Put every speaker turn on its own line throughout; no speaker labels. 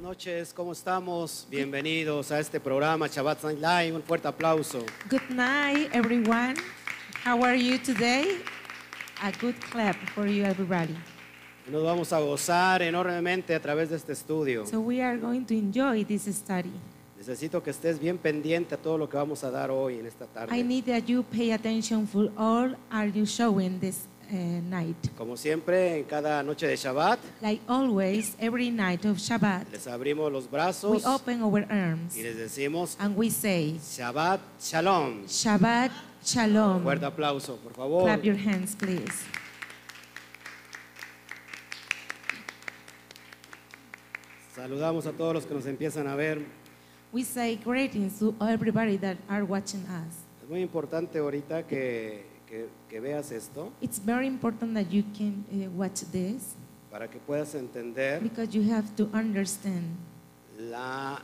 noches, ¿cómo estamos? Bienvenidos a este programa Shabbat Night Live. Un fuerte aplauso.
Good night, everyone. How are you today? A good clap for you, everybody.
Nos vamos a gozar enormemente a través de este estudio.
So, we are going to enjoy this study.
Necesito que estés bien pendiente a todo lo que vamos a dar hoy en esta
I
tarde.
need that you pay attention for all are you showing this uh, night.
Como siempre, en cada noche de Shabbat,
Like always, every night of Shabbat,
les abrimos los
we
brazos
open our arms
y les decimos
and we say,
Shabbat Shalom.
Shabbat Shalom.
Fuerte aplauso, por favor.
Clap your hands, please.
Saludamos a todos los que nos empiezan a ver.
We say greetings to everybody that are watching us.
Es muy importante ahorita que, que- que veas esto
It's very important that you can uh, watch this
para que puedas entender
because you have to understand
la,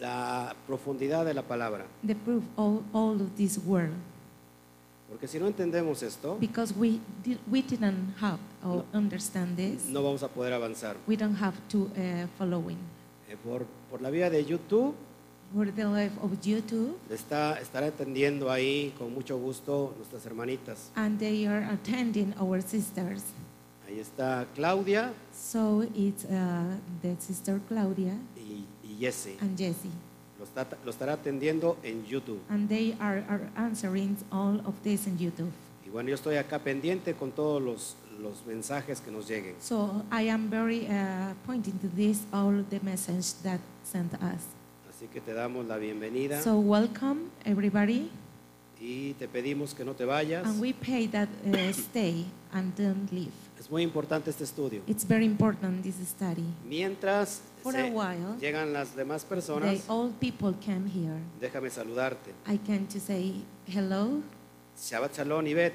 la profundidad de la palabra.
the proof of all of this word.
Porque si no entendemos esto,
Because we, did, we didn't have or
No.
understand this,
no vamos a poder avanzar.
we don't have to uh, following.
Eh, Por, por la vía de YouTube,
For the life of YouTube,
está, estará atendiendo ahí con mucho gusto nuestras hermanitas.
and they are attending our sisters.
Ahí está Claudia
So it's uh, the sister Claudia
y, y Jesse.
and Jesse,
Lo, está- lo estará atendiendo en YouTube.
and they are, are answering all of this on YouTube.
Y bueno, yo estoy acá pendiente con todos los, los mensajes que nos lleguen.
So I am very uh, pointing to this all the message that sent us.
Así que te damos la bienvenida
So welcome everybody,
y te pedimos que no te vayas.
and we pray that uh, stay and don't leave.
Es muy importante este estudio.
It's very important this study.
Mientras
For
se
a while,
llegan las demás
They,
personas,
all people came here.
déjame saludarte.
I came to say hello,
Shabbat Shalom, Ivette,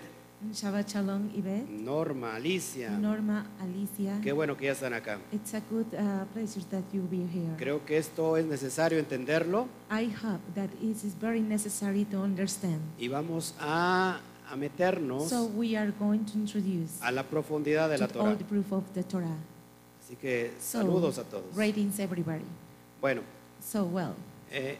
Shabbat Shalom, Yvette,
Norma, Alicia.
Norma, Alicia.
Qué bueno que ya están acá.
It's a good uh, pleasure that you be here.
Creo que esto es necesario entenderlo
I hope that it is very necessary to understand.
y vamos a, a meternos
So we are going to introduce
a la profundidad de la
to all
Torah.
the proof of the Torah.
Así que
So,
saludos a todos.
Greetings everybody.
Bueno,
So well,
eh,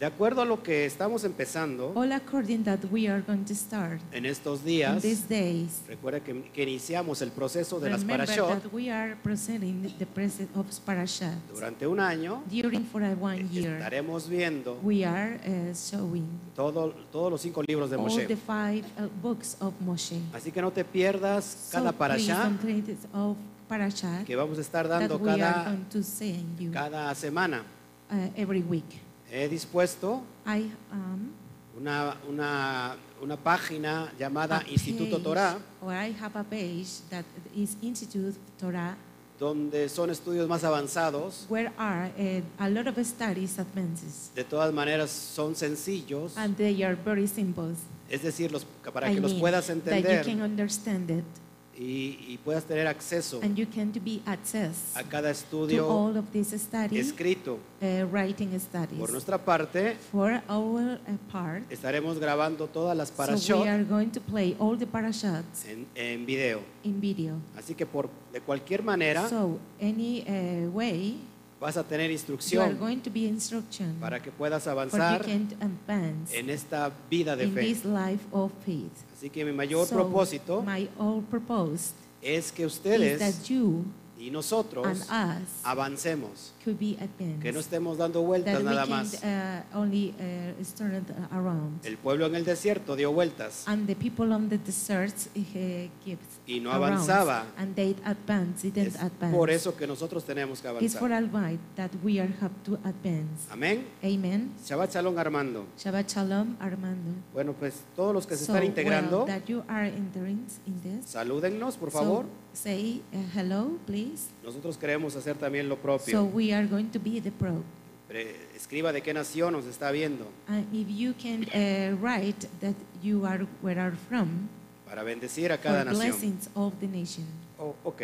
de acuerdo a lo que estamos empezando
all according that we are going to start
en estos
in
días,
these days.
recuerda que, que iniciamos el proceso de las
Remember
parashot
that we are presenting the present of parashat
durante un año.
during for a one year.
Estaremos viendo
We are uh, showing
todo- todos los cinco libros de
all the
Moshe.
five uh, books of Moshe.
Así que no te pierdas cada
so please
parashá
complete it of parashat
que vamos a estar
that
dando
we are
cada,
going to send you
cada semana.
uh, every week.
He dispuesto
I um,
una, una, una página llamada
a
Instituto
page,
Torah,
or I have a page that is Institute Torah,
donde son estudios más avanzados.
where are uh, a lot of studies advances,
De todas maneras, son sencillos,
and they are very simple.
es decir, los, para
I
que los
mean,
puedas
that you can
entender
understand it,
y, y puedas tener acceso
and you can be access
a cada
to
estudio
all of these studies,
escrito.
uh, writing studies.
Por nuestra parte,
For our uh, part,
estaremos grabando todas las
so
parashot
we are going to play all the parashats
en, en video.
in video.
Así que por, de cualquier manera
So any uh, way,
vas a tener
you are
instrucción
going to be instruction.
para que puedas
for you
avanzar
can advance
en esta vida de
in
fe.
this life of faith.
Así que mi mayor
So,
propósito
my all purpose
es que
is
ustedes
that you
y nosotros
and us
avancemos,
could be advanced.
que no estemos dando vueltas
that we
nada
can
más.
uh, only uh, turn it around.
El pueblo en el desierto dio vueltas
and the people on the desert uh, gives
y no
around,
avanzaba.
and they advance,
Es
didn't advance.
por eso que nosotros tenemos que
it's for
avanzar.
Almighty that we are have to advance.
Amén.
Amen.
Shabbat Shalom Armando.
Shabbat shalom, Armando.
Bueno, pues todos los que se
so,
están
well,
integrando,
that you are entering in this.
salúdennos, por
So,
favor.
say uh, hello, please.
Nosotros queremos hacer también lo
So
propio.
we are going to be the pro.
Pre- Escriba de qué nación nos está viendo
And if you can uh, write that you are where are from,
para bendecir a cada
for
nación.
blessings of the nation.
Oh, ok.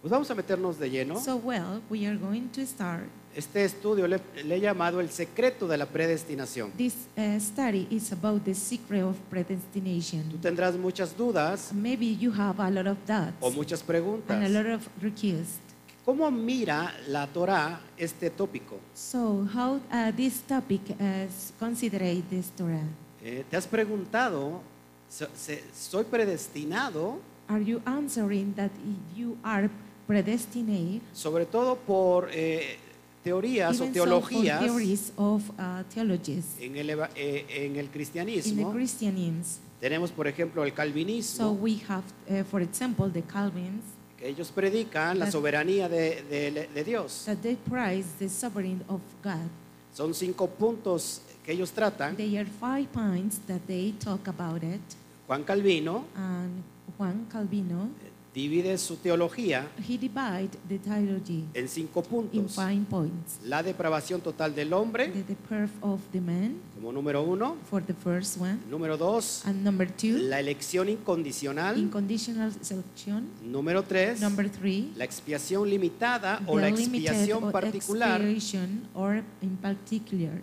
Pues vamos a meternos de lleno.
So well, we are going to start.
Este estudio le, le he llamado el secreto de la predestinación.
This uh, study is about the secret of
Tú
predestination.
tendrás muchas dudas
Maybe you have a lot of doubts
o muchas
and a lot
preguntas.
of requests.
¿Cómo mira la Torá este tópico?
So, how uh, this topic is considered this Torah?
Eh, ¿Te has preguntado, so- se- ¿soy predestinado
Are you answering that you are predestinated?
sobre todo por eh, teorías o
even so for
teologías
theories of uh, theologies
en el, eva- eh, en el
in the
cristianismo?
Christianisms?
Tenemos, por ejemplo, el
So
calvinismo,
we have, uh, for example, the Calvins
que ellos predican la
that-
soberanía de, de- de Dios.
that they prize the sovereign of God.
Son cinco puntos que ellos tratan.
There are five points that they talk about it,
Juan Calvino
and Juan Calvino
divide su teología
he divide the theology
en cinco
in
puntos.
five points.
La depravación total del hombre,
The, the birth of the man
como número uno.
for the first one,
Número dos,
and number two,
la elección incondicional.
inconditional selection.
Número tres,
Number three,
la expiación limitada o
the
la
limited
expiación
or
particular.
expiation or in particular.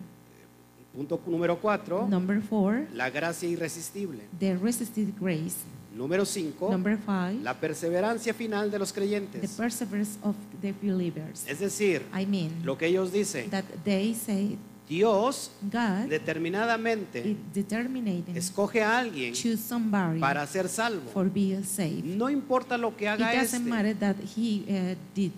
Punto número cuatro,
Number four,
la gracia irresistible.
the resisted grace.
Número cinco,
Number five,
Oh. la perseverancia final de los
the
creyentes.
perseverance of the believers.
Es decir,
I mean,
lo que ellos dicen,
that they say
Dios
God
determinadamente
is determined
escoge a alguien
choose somebody
para ser salvo.
for being saved.
No importa lo que
It
haga este,
doesn't matter that he uh, did.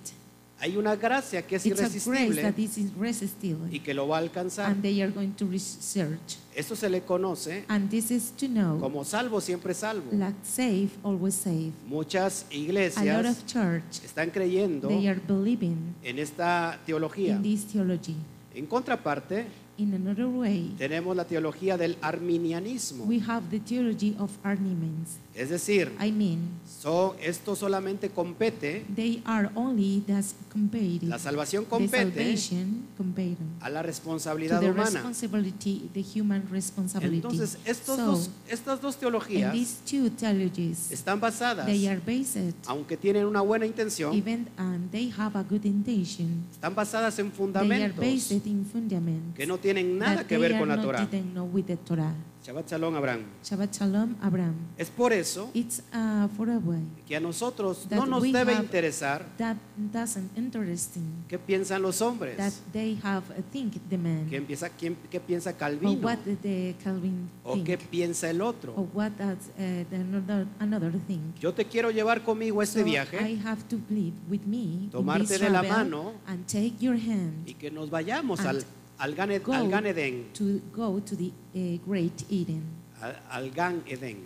hay una gracia que es
It's a grace
irresistible
that is irresistible,
y que lo va a alcanzar.
and they are going to research.
Esto se le conoce
And this is to know,
como salvo, siempre salvo.
like safe, always safe.
Muchas
A lot
iglesias
of church,
están creyendo
they are believing
en esta teología.
in this theology.
En contraparte,
In another way,
tenemos la teología del arminianismo.
we have the theology of arguments.
Es decir,
I mean,
son, esto solamente compete,
they are only thus compared.
la salvación
the
compete
salvation compared
a la
to
responsabilidad
the
humana.
responsibility, the human responsibility.
Entonces, estos
so,
dos, estas dos
and
teologías
these two theologies,
están basadas,
they are based,
aunque tienen una buena intención,
even and they have a good intention.
están basadas en
They are
fundamentos
based in fundaments
que no tienen nada
that
que
they
ver
are
con la
not
Torah.
didn't know with the Torah.
Shabbat Shalom, Abraham.
Shabbat Shalom, Abraham.
Es por eso
It's uh, for a way
que a nosotros
That
no nos
we
debe
have-
interesar
that doesn't interesting
qué piensan los hombres,
that they have a think the
qué,
man
empieza, quién- qué piensa
or
Calvino
what the Calvin
o qué
think
piensa el otro.
or what that's uh, the another, another thing.
Yo te quiero llevar conmigo a este
So I
viaje
have to plead with me in
Tomarte
this
de la
travel
mano
and take your hand
y que nos vayamos
and
al, al, Gan, Ed-
go
al Gan Edén,
to go to the uh, great Eden,
al, al Gan Edén,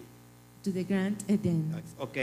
to the grand Eden
ok,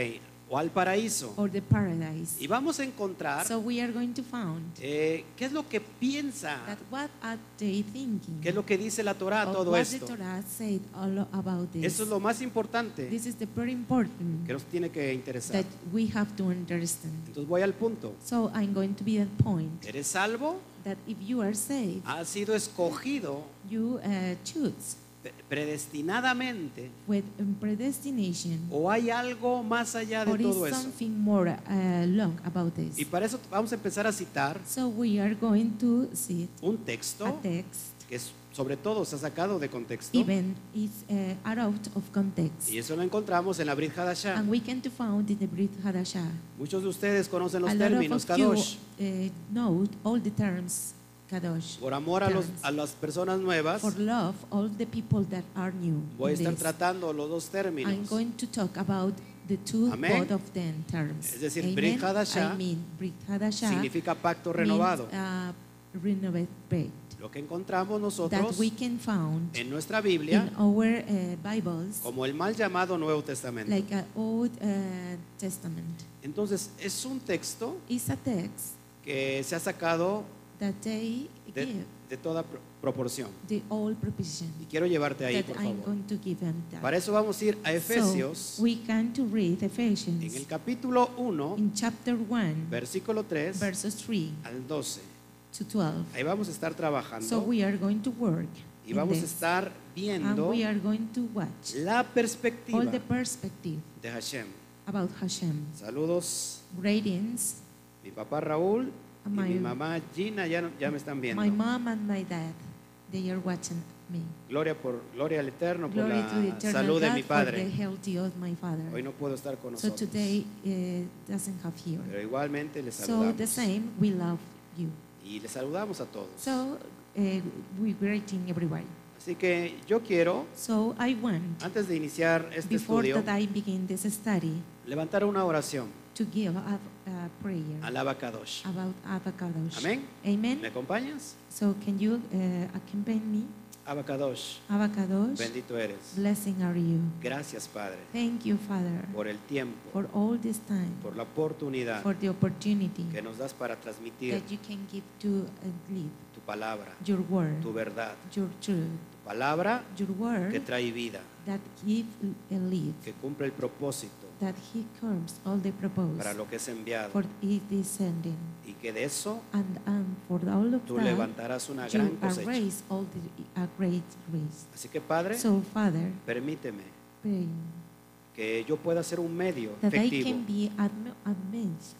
o al paraíso.
or the paradise.
Y vamos a encontrar
So we are going to find
eh, qué es lo que piensa,
that what are they thinking?
qué es lo que dice la Torah a
of
todo
what
esto.
the Torah said all about this.
Eso es lo más importante
this is the very important
que nos tiene que interesar.
that we have to understand.
Entonces voy al punto.
So I'm going to be at point
¿Eres salvo?
that if you are saved,
Has sido escogido
you uh, choose
pre- predestinadamente
with predestination
o hay algo más allá de
or is
todo eso.
something more uh, long about this.
Y para eso vamos a empezar a citar
So we are going to see
un
a
texto
text,
que es- sobre todo se ha sacado de contexto
even it's uh, out of context.
y eso lo encontramos en la Brit Hadashah.
And we can found in the Brit Hadashah.
Muchos de ustedes conocen
a
los
lot of,
términos
of
Kadosh.
you uh, know all the terms Kadosh.
Por amor a, los-
terms.
a las personas nuevas
For love, all the people that are new.
voy a
in
estar
this.
tratando los dos
I'm
términos.
going to talk about the two
Amén.
both of them terms.
Es decir,
Amen.
Brit Hadashah
I mean, Brit Hadashah
Significa pacto
means,
renovado.
uh, renovate pact
Lo que encontramos
that
nosotros
we can found
en nuestra
in
Biblia
our uh, Bibles,
como el mal llamado Nuevo Testamento.
like an Old uh, Testament.
Entonces, es un texto
It's a text
que se ha sacado
that they
de,
give
de toda pro- proporción.
the old provision
Y quiero llevarte ahí,
that
por
I'm
favor.
going to give them that.
Para eso vamos a ir a Efesios,
so we can to
en
read
el
Ephesians
capítulo 1,
in chapter 1.
versículo 3
verses 3
al 12.
to 12.
Ahí vamos a estar
So
trabajando
we are going to work
y
in
vamos a
this,
estar
and
viendo
we are going to watch
la
all
perspectiva
the perspective
de Hashem.
about Hashem.
Saludos,
Greetings,
mi papá Raúl y
My-
mi mamá Gina ya, no- ya me están viendo.
my mom and my dad, they are watching me.
Gloria, por, gloria al Eterno por
Glory
la
to the eternal
salud de mi
God for the
Padre.
healthy of my
Hoy
father.
no puedo estar con
So
nosotros.
today eh, doesn't have here.
Pero igualmente les
So
saludamos.
the same, we love you.
Y les saludamos a todos.
So eh, we greeting everybody.
Así que yo quiero,
So I want,
antes de iniciar este
before
estudio,
that I begin this study,
levantar una oración
to give a, a prayer
al Abacadosh.
about avocados.
Amén. ¿Me
Amen.
acompañas?
So can you uh, accompany me?
Abacadosh,
Avocados,
bendito eres.
blessing are you.
Gracias, Padre,
Thank you, Father,
por el tiempo,
for all this time,
por la oportunidad
for the opportunity
que nos das para transmitir
that you can give to uh, live
tu palabra,
your word,
tu verdad,
your truth,
tu palabra
your
que
word
trae vida,
that give a life,
que cumple el propósito
that he curves all the purpose
para lo que es enviado
for it descending.
y que de eso
And, and for all of
tú
that,
levantarás una gran
you
cosecha.
erase all the a great grace.
Así que, Padre,
So, Father,
permíteme
pray
que yo pueda ser un medio
that I can
efectivo,
be admi- admins,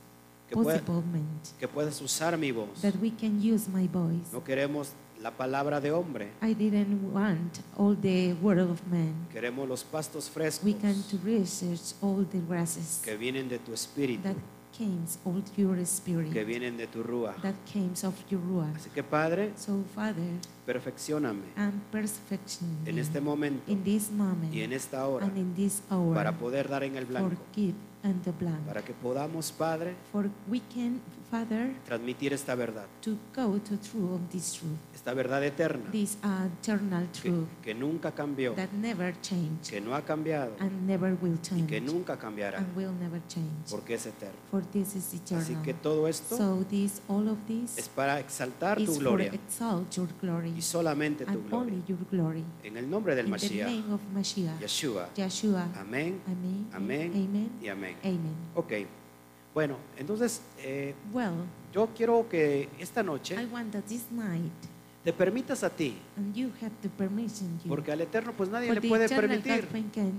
que, pueda-
possible means,
que puedas usar mi voz.
that we can use my voice.
No queremos la palabra de hombre,
I didn't want all the word of man.
queremos los pastos frescos
We can to research all the grasses
que vienen de tu espíritu,
that came of your
que
spirit,
vienen de tu rúa.
that came of your ruach.
Así que, Padre,
So, Father,
perfeccioname
I'm perfection
en este momento
in this moment
y en esta hora
and in this hour.
para poder dar en el blanco,
forgive and the blank.
para que podamos, Padre,
For we can, Father,
transmitir esta verdad,
to go to truth of this truth,
esta verdad eterna
this eternal
que,
truth
que nunca cambió,
that never change
que no ha cambiado
and never will
y
change
que nunca cambiará,
and will never change.
porque es eterno.
For this is
Así
eternal.
que todo esto
so this, all of
es
this,
para exaltar
is
tu
for
gloria
exalt your glory
y solamente tu
and
gloria.
only your glory.
En el nombre del
In the
Mashiach,
name of Mashiach,
Yeshua.
Yeshua.
Amén
Amen.
Amén.
Amen.
y amén.
Amen.
Ok. Bueno, entonces eh,
Well,
yo quiero que esta
I
noche
want that this night,
te permitas a ti,
and you have the permission, you.
porque al Eterno pues nadie
For
le
the
puede
eternal
permitir,
God can,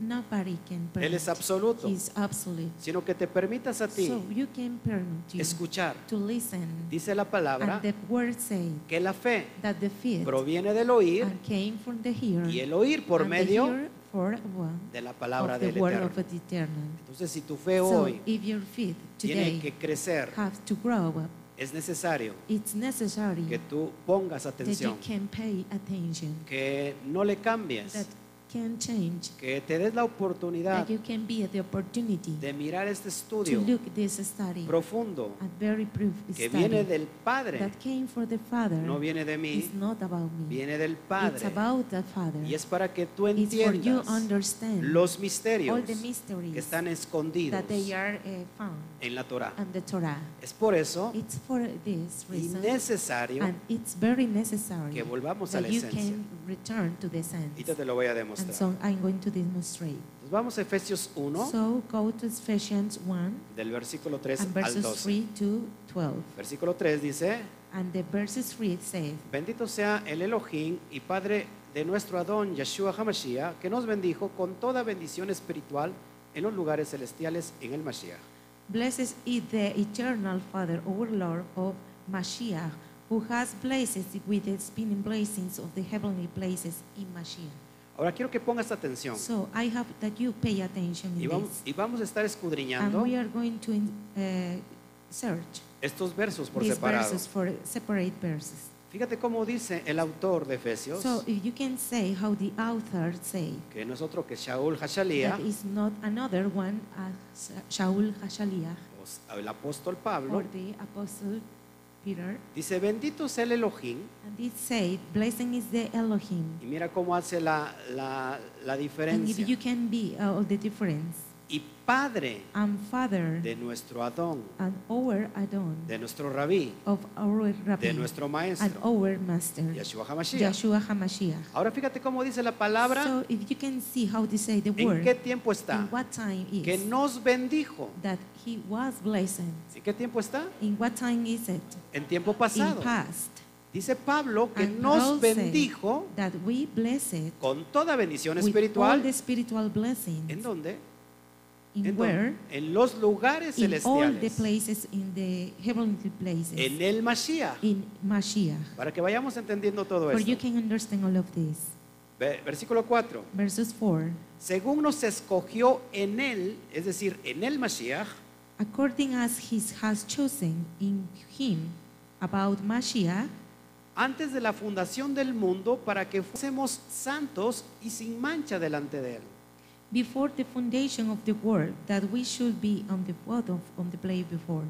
nobody can permit.
Él es absoluto,
He's absolute.
sino que te permitas a ti
So you can permit you
escuchar.
to listen.
Dice la palabra
and the word say
que la fe
that the faith
proviene del oír
and came from the hearer
y el oír por
and the
medio
hearer for one
de la palabra
of the
del
word
Eterno.
of the eternal.
Entonces si tu fe
so
hoy
if your faith
tiene
today
que crecer,
have to grow up,
es necesario
it's necessary
que tú pongas
that you
atención,
can pay attention,
que no le
that
cambies,
can change,
que te des la oportunidad
that you can be at the opportunity
de mirar este
to
estudio
look this study.
profundo
a very proof
que
study
viene del Padre,
that came for the Father.
no viene de mí,
It's not about me.
viene del
It's
Padre.
about the Father.
Y es para que tú
it's for you
entiendas
understand
los misterios
all the mysteries
que están escondidos
that they are uh, found
en la Torah.
in the Torah.
Es por eso
It's for this
y
reason,
necesario
and it's very necessary
que volvamos a la
that you
esencia.
can return to the sense.
Ahorita te lo voy a
and
demostrar.
so I'm going to demonstrate.
Entonces, vamos a Efesios 1,
So go to Ephesians 1
del versículo 3
and
al
verses
12.
3 to 12.
Versículo 3 dice,
And the verses 3 says,
Bendito sea el Elohim y Padre de nuestro Adón Yeshua HaMashiach, que nos bendijo con toda bendición espiritual en los lugares celestiales en el Mashiach.
Blessed is the eternal Father, our Lord of Mashiach, who has blessed us with the spinning blessings of the heavenly places in Mashiach.
Ahora quiero que pongas atención
So I hope that you pay attention
y
in
vamos,
this.
y vamos a estar
And
escudriñando
we are going to uh, search
estos versos por
these
separado.
verses for separate verses.
Fíjate cómo dice el autor de Efesios,
So if you can say how the author say
que no es otro que Shaul
that
Hashalia,
is not another one as Shaul Hashaliah
o pues, el apóstol
or
Pablo,
the apostle Peter,
dice, bendito sea el Elohim,
and it said, "Blessing is the Elohim."
y mira cómo hace la, la, la
And if you
diferencia,
can be all the difference,
y Padre
and Father,
de nuestro Adón,
and our Adon,
de nuestro Rabí,
of our Rabbi,
de nuestro
and
maestro,
our Master,
Yeshua HaMashiach.
Yeshua HaMashiach.
Ahora fíjate cómo dice la palabra,
So if you can see how they say the
en
word,
qué tiempo está,
in what time
que
is,
nos bendijo.
that he was blessed,
¿En qué tiempo está?
in what time is it,
En tiempo
in
pasado.
past,
Dice Pablo que
And
nos
Paul
bendijo
that we blessed
con toda bendición
with all the
espiritual.
spiritual
¿En
blessings
dónde?
in
Entonces,
where?
en los lugares
In all the
celestiales.
places in the heavenly places.
En el Mashiach.
in Mashiach.
Para que vayamos entendiendo todo
For you
esto.
can understand all of this.
Ve- Versículo 4.
Verses 4.
Según nos escogió en él, es decir, en el Mashiach,
According as he has chosen in him about Mashiach
antes de la fundación del mundo, para que fuésemos santos y sin mancha delante de él.
before the foundation of the world that we should be on the bottom on the play before.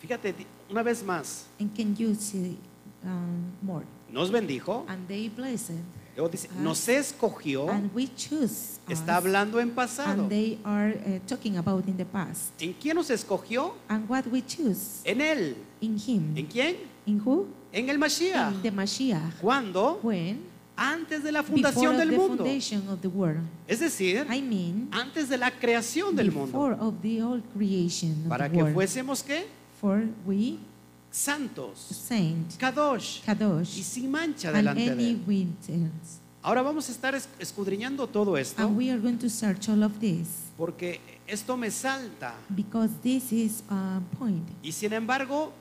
Fíjate, di- una vez más,
And can you see um, more?
nos bendijo,
And they blessed.
luego dice,
Ah.
nos escogió,
And we choose.
Oh. está
us,
hablando en pasado.
And they are uh, talking about in the past.
¿En quién nos escogió?
And what we choose
En él.
in him.
¿En quién?
In who?
En el Mashiach.
In the Mashiach.
¿Cuándo?
When?
Antes de la
before
fundación
of
del
the
mundo.
foundation of the world.
Es decir,
I mean,
antes de la creación del mundo.
before of the all creation of
Para
the
que
world.
fuésemos qué?
for we
Santos,
saint
Kadosh y
Kadosh
sin mancha
and
delante de
any
él.
winters.
Ahora vamos a estar es- escudriñando todo esto
And we are going to search all of this
porque esto me salta.
because this is a point.
Y sin embargo,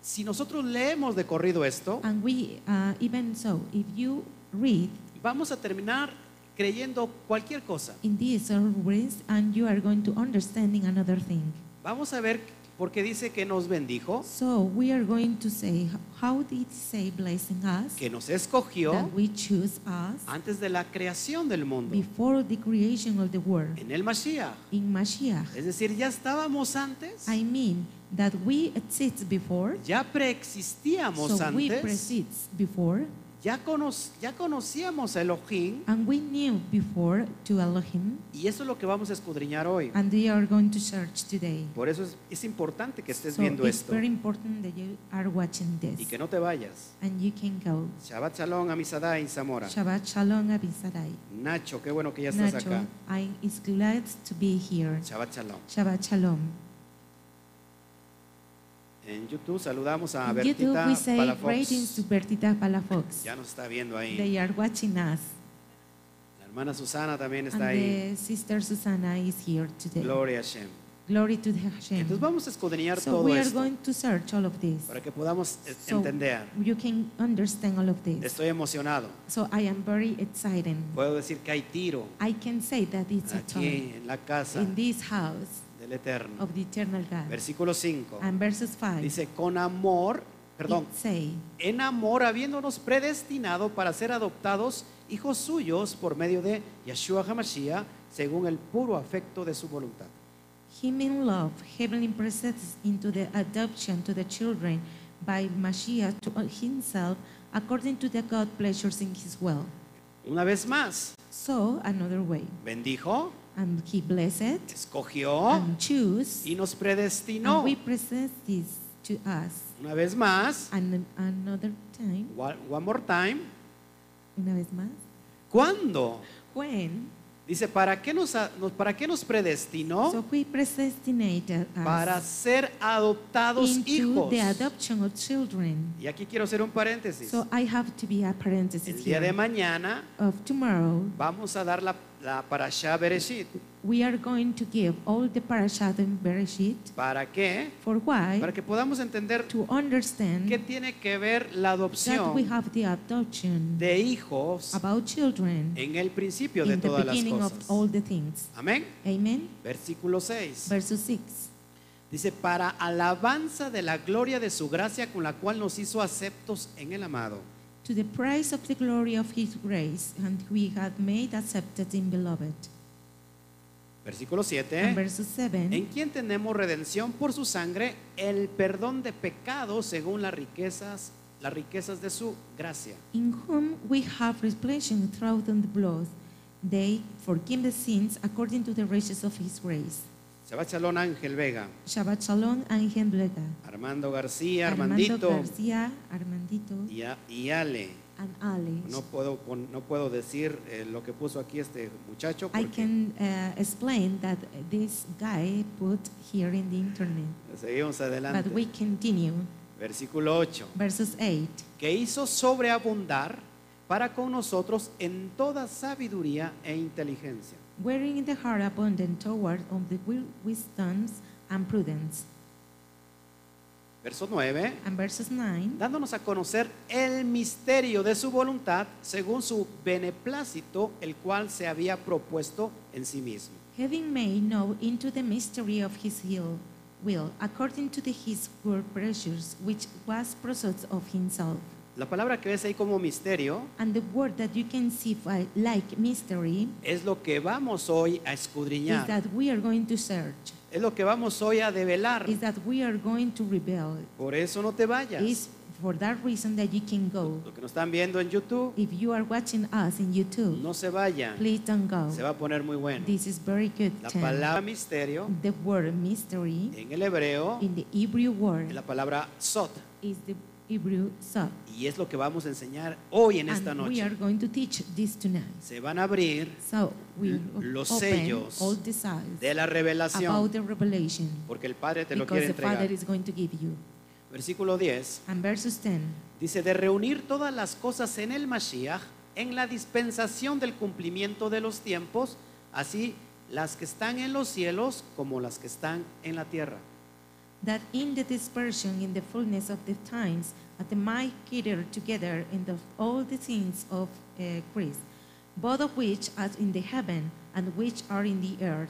si nosotros leemos de corrido esto,
And we, uh, even so, if you read
vamos a terminar creyendo cualquier cosa.
in these words and you are going to understanding another thing.
Vamos a ver porque dice que nos bendijo,
So we are going to say, how did it say blessing us?
que nos escogió
That we choose us
antes de la creación del mundo,
before the creation of the world
en el Mashiach.
in Mashiach.
Es decir, ya estábamos antes,
I mean that we exist before,
ya preexistíamos
so we
antes,
persist before,
ya, cono- ya conocíamos a Elohim
and we knew before to Elohim,
y eso es lo que vamos a escudriñar hoy.
and they are going to search today.
Por eso es, es importante que estés
so
viendo
it's
esto
very important that you are watching
y
this,
que no te vayas.
and you can go.
Shabbat Shalom, Amisadá y Zamora.
Shabbat Shalom Abisadai.
Nacho, qué bueno que ya estás
Nacho,
acá.
I is glad to be here.
Shabbat Shalom.
Shabbat Shalom.
En YouTube saludamos a
In
Bertita
YouTube, we say greetings to
Palafox.
Bertita Palafox.
Ya nos está viendo ahí.
They are watching us.
La hermana Susana también
And
está ahí.
the sister Susana is here today.
Gloria a Hashem.
Glory to the Hashem.
Entonces vamos a escudriñar
so
todo
we are
esto
going to search all of this.
para que podamos eh,
So-
entender.
You can understand all of this.
Estoy emocionado.
So I am very excited.
Puedo decir que hay tiro
I can say that it's a
aquí
time
en la casa
in this house
del Eterno.
of the eternal God.
Versículo 5.
and verses 5.
Dice, con amor, perdón,
it say,
en amor habiéndonos predestinado para ser adoptados hijos suyos por medio de Yeshua HaMashiach, según el puro afecto de su voluntad.
Him in love, heavenly presents into the adoption to the children by Mashiach to himself according to the God pleasures in his will.
Una vez más,
So, another way.
bendijo,
And he blessed
escogió
and choose
y nos
and
predestinó.
we present this to us
Una vez más,
and another time
one one more time,
una vez más
¿cuándo?
when
Dice, ¿para qué nos, a- nos- para qué nos
so
predestinó?
we predestinated us
Oh. Para ser adoptados
into
hijos.
the adoption of children
Y aquí quiero hacer un paréntesis.
so I have to be a
El
parenthesis
día de
here
mañana
of tomorrow
vamos a dar la, la parashá Bereshit.
we are going to give all the parashat and bereshit
¿Para qué?
for why
Para que podamos entender
to understand
qué tiene que ver la
that Mm. we
adopción
have the adoption
de hijos
about children
en el principio de
in the
todas las
beginning of all
cosas.
the things
Amén.
amen
Versículo 6.
verse 6
Dice, para alabanza de la gloria de su gracia con la cual nos hizo aceptos en el amado.
to the price of the glory of his grace, and we have made accepted in beloved.
Versículo
And
7.
verse 7,
Eh? En quien tenemos redención por su sangre, el perdón de pecados según las riquezas, las riquezas de su gracia.
in whom we have replaced throughout the blood, they forgive the sins according to the riches of his grace.
Shabbat Shalom Ángel Vega,
Shabbat Shalom, Ángel Blega,
Armando García,
Armando
Armandito
García, Armandito,
y, a- y Ale.
and Alex.
No puedo, pon- no puedo decir eh, lo que puso aquí este muchacho
I
porque
can uh, explain that this guy put here in the internet,
seguimos
but we
adelante.
continue.
Versículo 8.
Verses 8.
Que hizo sobreabundar para con nosotros en toda sabiduría e inteligencia.
wherein in the heart abundant toward of the wi- wisdoms and prudence.
Verso 9.
And verses 9,
dándonos a conocer el misterio de su voluntad según su beneplácito, el cual se había propuesto en sí mismo.
having made known into the mystery of his will, will according to the his good pleasures, which was process of himself.
La palabra que ves ahí como misterio
And the word that you can see by, like mystery
es lo que vamos hoy a
is
escudriñar,
that we are going to search,
es lo que vamos hoy a develar.
is that we are going to rebel.
Por eso no te vayas.
Is for that reason that you can go.
Lo que nos están viendo en YouTube,
If you are watching us in YouTube,
no se vayan,
please don't go.
se va a poner muy bueno.
This is very good.
La
Tim.
palabra misterio
The word mystery
en el hebreo
in the Hebrew
es
word
la palabra sot
is the Hebrew sub.
y es lo que vamos a enseñar hoy en esta
And we are
noche.
going to teach this tonight.
Se van a abrir
So we
Los
open
sellos
all the signs
de la revelación
about the revelation
porque el Padre te lo quiere
because the Father
entregar.
is going to give you.
Versículo 10
And verses 10.
dice, de reunir todas las cosas en el Mashiach, en la dispensación del cumplimiento de los tiempos, así las que están en los cielos como las que están en la tierra.
that in the dispersion in the fullness of the times at the might gather together in the, all the things of uh, Christ, both of which are in the heaven and which are in the earth.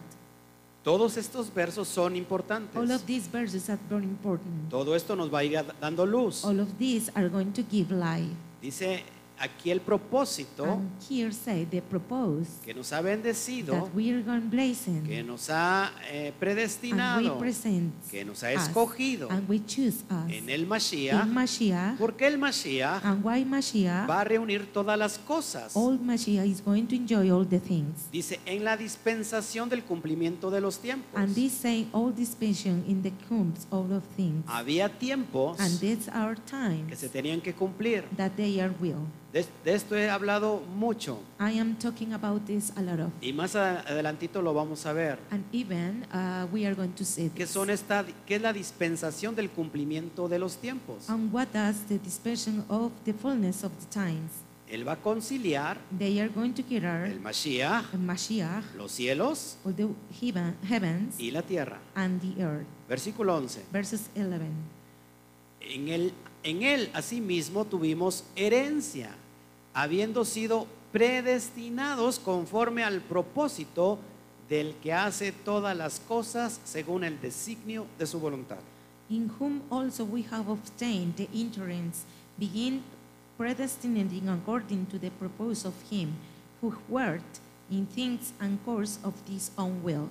Todos estos versos son
All
importantes.
of these verses are very important.
Todo esto nos va a ir a- dando luz.
All of these are going to give life.
Dice aquí el propósito
And here say they propose
que nos ha bendecido,
that we are going blessing
que nos ha eh,
and we
predestinado,
present
que nos ha
us,
escogido
and we choose us
en el
in
Mashiach.
Mashiach
Porque el Mashiach
and why Mashiach
va a reunir todas las cosas.
all Mashiach is going to enjoy all the things.
Dice, en la dispensación del cumplimiento de los tiempos.
And this saying all this passion in the cumbs all of things.
Había tiempos
And these are
que
times
se tenían que cumplir.
that they are will.
De, de esto he hablado mucho
I am talking about this a lot of.
y más a- adelantito lo vamos a ver.
And even uh, we are going to see
¿Qué,
this.
son esta, ¿Qué es la dispensación del cumplimiento de los tiempos?
And what does the dispersion of the fullness of the times?
Él va a conciliar
They are going to gather
el Mashiach,
the Mashiach,
los cielos
all the heaven, heavens,
y la tierra.
and the earth.
Versículo 11.
Verses 11.
En él, en él asimismo tuvimos herencia, habiendo sido predestinados conforme al propósito del que hace todas las cosas según el designio de su voluntad.
in whom also we have obtained the inheritance, being predestinating according to the purpose of him who worked in things and course of his own will.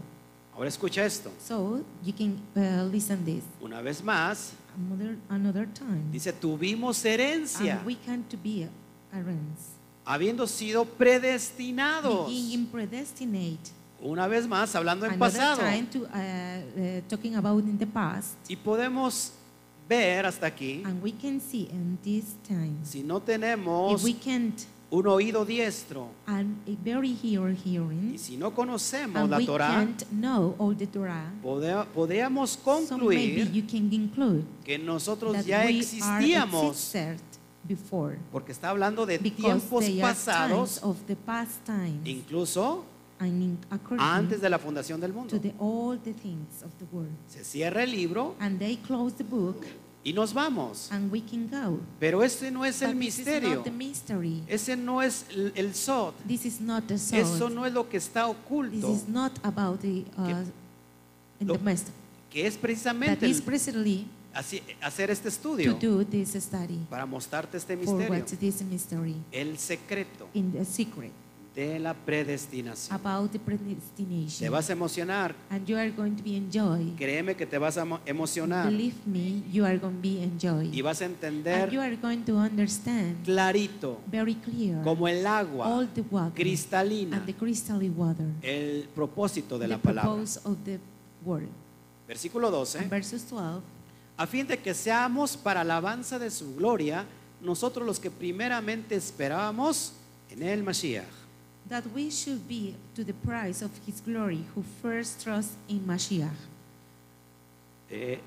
Ahora escucha esto.
So you can uh, listen this
Una vez más,
another, another time.
dice, tuvimos herencia,
and we can to be arranged.
habiendo sido predestinados.
Being predestinate.
Una vez más, hablando en
another
pasado.
time to uh, uh, talking about in the past.
Y podemos ver hasta aquí,
And we can see in this time.
si no
If
tenemos
we can't
un oído diestro,
and a very hear hearing.
Y si no conocemos
and
la
we
Torá,
can't know all the Torah,
pode- podríamos
so maybe
concluir
you can conclude
que nosotros
that
ya
we are
existíamos,
existed before,
porque está hablando de
because
tiempos
they are times
pasados,
of the past times,
incluso
and in according
antes de la fundación del mundo.
to the, all the things of the world.
Se cierra el libro
And they close the book,
y nos vamos.
and we can go.
Pero ese no es el
But this is
misterio,
not the mystery.
ese no es el, el Sod,
This is not the soul.
eso no es lo que está
This
oculto,
is not about the uh, in
Lo-
the mystery.
que es
That
precisamente
is
el-
precisely
así- hacer este
to
estudio
do this study
para mostrarte este
for
misterio,
what this mystery
el secreto
in the secret.
de la predestinación.
about the
Te
predestination.
vas a emocionar.
and you are going to be enjoyed.
Créeme que te vas a emo- emocionar
Believe me, you are going to be enjoyed.
y vas a
and you
entender
are going to understand
clarito,
very clear
como el
all
agua
the water
cristalina,
and the crystalline water.
el propósito de
the
la palabra.
purpose of the word.
Versículo 12.
Verses 12.
A fin de que seamos para alabanza de su gloria, nosotros los que primeramente esperábamos en el Mashiach.
That we should be to the price of his glory who first trust in Mashiach.
Eh,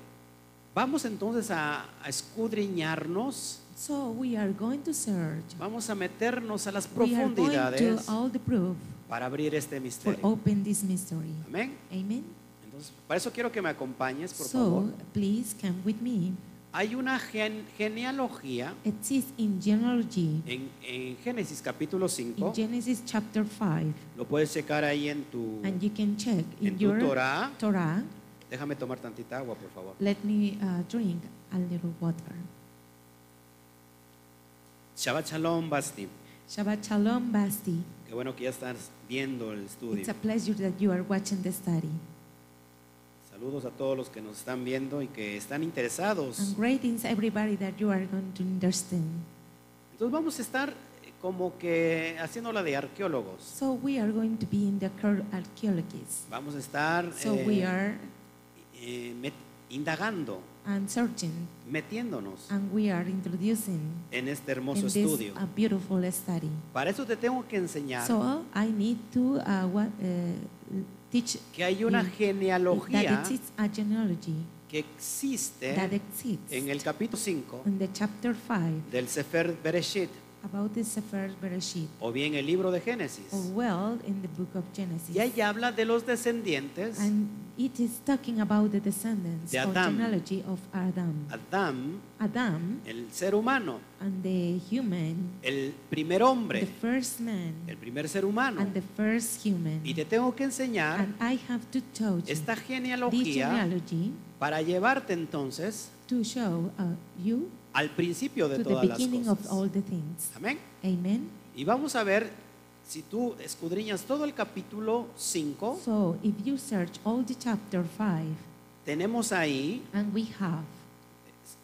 vamos entonces a, a escudriñarnos,
So we are going to search.
vamos a meternos a las
We are going to
profundidades
all the proof
para abrir este
for
misterio.
open this mystery.
Amén.
Amen.
Entonces, para eso quiero que me acompañes, por
So
favor.
please come with me.
Hay una gen- genealogía
It is in genealogy
en, en Génesis capítulo
in
5.
Genesis chapter 5,
Lo puedes checar ahí en tu...
and you can check in
En tu
your
Torah.
Torah.
Déjame tomar tantita agua, por favor.
Let me uh, drink a little water.
Shabbat Shalom, Basti.
Shabbat Shalom, Basti.
Qué bueno que ya estás viendo el estudio.
It's a pleasure that you are watching the study.
Saludos a todos los que nos están viendo y que están interesados.
And greetings, everybody, that you are going to understand.
Entonces vamos a estar eh, como que haciéndola de arqueólogos.
So we are going to be in the cur- archaeologies.
Vamos a estar
So
eh,
we are
eh, met- indagando,
and searching,
metiéndonos
and we are introducing
en este
in
hermoso
this
estudio.
a beautiful study.
Para eso te tengo que enseñar
So I need to uh, what, uh, teach
que hay una
y-
genealogía
that it is a genealogy
que existe
that exists
en el capítulo 5
in the chapter 5
del Sefer Bereshit,
about the Sefer Bereshit,
o bien el libro de Génesis.
or well in the book of Genesis.
Y ahí habla de los descendientes.
And it is talking about the descendants
De
or
Adam.
genealogy of Adam.
Adán,
Adam
el ser humano,
and the human,
el primer
the
hombre,
first man
el primer ser humano.
and the first human.
Y te tengo que enseñar
and I have to touch
esta
this
genealogía
genealogy
para llevarte entonces
to show uh, you
al principio de
to the
todas las
beginning of all
cosas.
the things.
Amén.
Amen.
Y vamos a ver si tú escudriñas todo el capítulo 5,
So if you search all the chapter 5,
tenemos ahí
and we have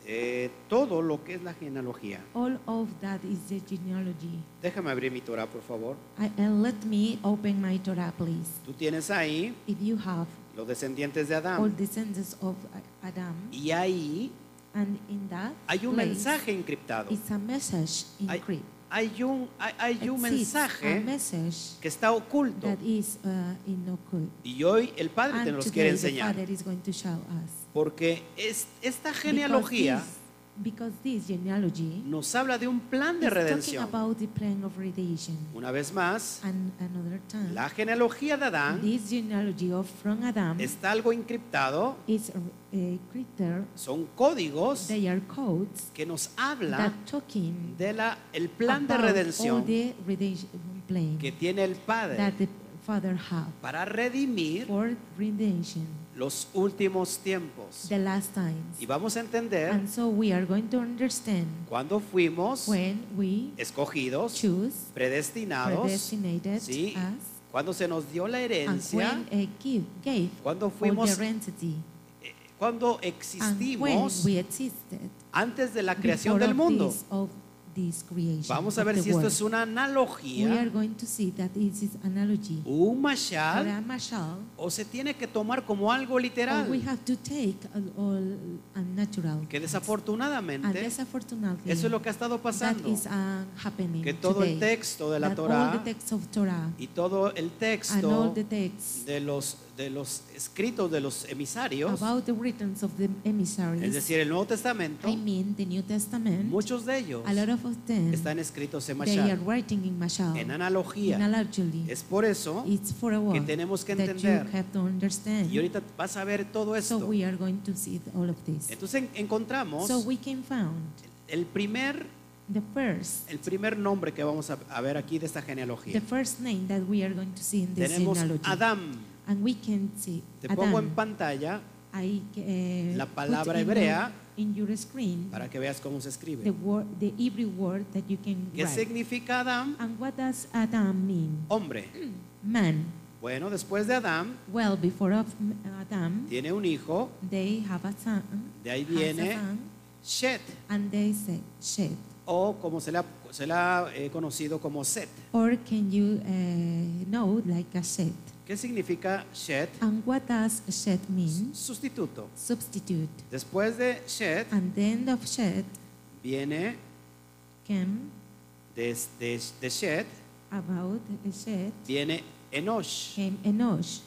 eh, todo lo que es la genealogía.
all of that is the genealogy.
Déjame abrir mi Torah, por favor.
I, and let me open my Torah, please.
Tú tienes ahí
If you have
los descendientes de
all
Adán.
descendants of A- Adam,
Y ahí
and in that
hay un
place
mensaje encriptado.
is a message in
Hay-
Crete.
Hay un, hay, hay un
Exists a
mensaje
message
que está oculto.
that is uh, in occult.
Y hoy el Padre te
And
los quiere
today the
enseñar.
Father is going to show us.
Porque es- esta
Because
genealogía
this, because this genealogy
nos habla de un plan de
is talking
redención.
about the plan of redemption.
Una vez más,
And another time,
la genealogía de Adán
this genealogy of from Adam
está algo encriptado.
is a, a creature.
Son códigos
They are codes
que nos habla
that talking
de la el plan de
about all
redención
the redemption plan
que tiene el Padre
that the Father have
para redimir
for redemption,
los últimos tiempos.
the last times.
Y vamos a entender
And so we are going to understand
cuándo fuimos
when we
escogidos,
choose
predestinados,
predestinated
sí,
us
cuando se nos dio la
and
herencia,
when a give, gave
cuando
all
fuimos,
the entity
eh, cuando
and when
existimos
Ah, we existed
antes de la
before
creación del
of
mundo.
this- of this creation
Vamos a
of
ver
the
si esto
world.
es una
We are
analogía,
going to see that it is analogy.
un
Or
mashal,
a mashal,
o se tiene que tomar como algo
or Oh, we
literal,
have to take all, all unnatural.
que
things. And
desafortunadamente
desafortunately,
eso es lo que ha estado
that
pasando,
is uh, happening
que todo el
today.
texto de la
That all
Torah
the texts of Torah
y todo el
and all
texto
the texts
de los, de los escritos de los emisarios,
about the writings of the emissaries,
es decir, el Nuevo Testamento,
I mean the New Testament,
muchos de ellos
a lot of them,
están escritos en
they are
mashal,
writing in mashal,
en
in
analogía.
allegedly.
Es por eso,
It's for a while
tenemos que
that you
entender.
have to understand.
y ahorita vas a ver todo
so
esto.
we are going to see all of this.
Entonces en- encontramos
So we can found
el primer
the first,
el primer nombre que vamos a, a ver aquí de esta
the
genealogía.
first name that we are going to see in this
Tenemos
genealogy.
Adán.
And we can see
Te pongo en
Adam.
pantalla
I, eh,
la
put
palabra
in your-
hebrea
in your screen
para que veas cómo se
the
escribe.
word, the Hebrew word that you can
¿Qué
write.
significa Adán?
And what does Adam mean?
Hombre.
Man.
Bueno, después de Adán
Well, before of Adam,
tiene un hijo,
they have a son.
de ahí
has a
viene
son,
Shet,
and they say Shed.
o como se le ha, se le ha, eh, conocido como Set.
Or can you eh, know like a Shed?
¿Qué significa Shet?
And what does Shed mean?
Sustituto.
Substitute.
Después de Shet
And the end of Shed
viene
came
desde de Shet
about Shed
viene Enosh.
came Enosh.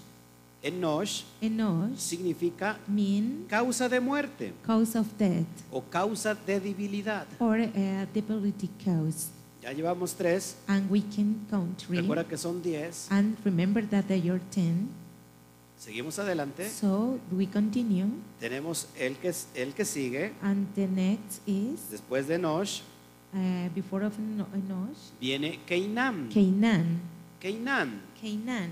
Enosh
Enosh
significa
mean
causa de muerte
cause of death
o causa de debilidad.
or a debility cause.
Ya llevamos tres.
and we can count three.
Recuerda que son diez.
And remember that they are ten.
Seguimos adelante.
So we continue.
Tenemos el que, el que sigue.
And the next is
Después de Nosh
uh, before of No- Enosh,
viene Keinam.
Canaan.
Keinam.
Canaan.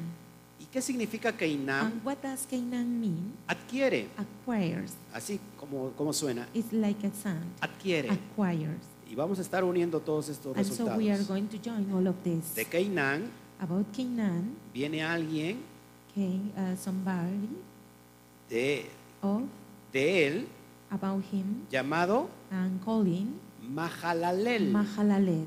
¿Y qué significa Keinam?
And what does Canaan mean?
Adquiere.
Acquires.
Así como, como suena.
It's like a sound.
Adquiere.
Acquires.
Y vamos a estar uniendo todos estos
Ah. And so we are
resultados.
going to join all of this.
De Keinam
About Canaan,
viene alguien
Cain, uh, somebody
de,
of
de él
about him
llamado
and calling
Mahalalel.
Mahalalet.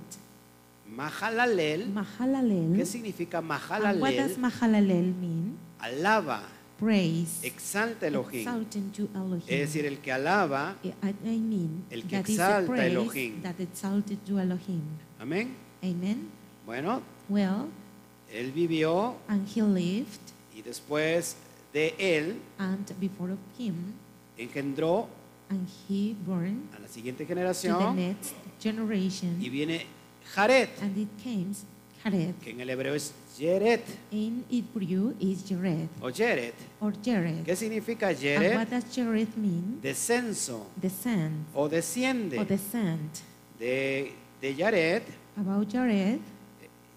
Mahalalel. ¿Qué
Mahalalel.
significa
And what does
Mahalalel?
Mahalalel mean?
Alaba,
Praise.
exalta Elohim.
Exalting to Elohim.
Es decir, el que alaba,
I, I- I mean,
Eh, El que
that is a
exalta
praise
Elohim.
that exalted to Elohim.
amén.
Amen.
Bueno,
Well,
él vivió
and he lived,
y después de él
and before of him,
engendró
and he born
a la siguiente
to the
generación
next generation,
y viene Jared,
and it came Jared.
que en el hebreo es Jered
In Hebrew is Jared
o Jered.
or Jared.
¿Qué significa
And what
Jered?
does Jared mean?
Descenso
Descend
o
or
desciende
descent.
de, de Jared.
About Jared,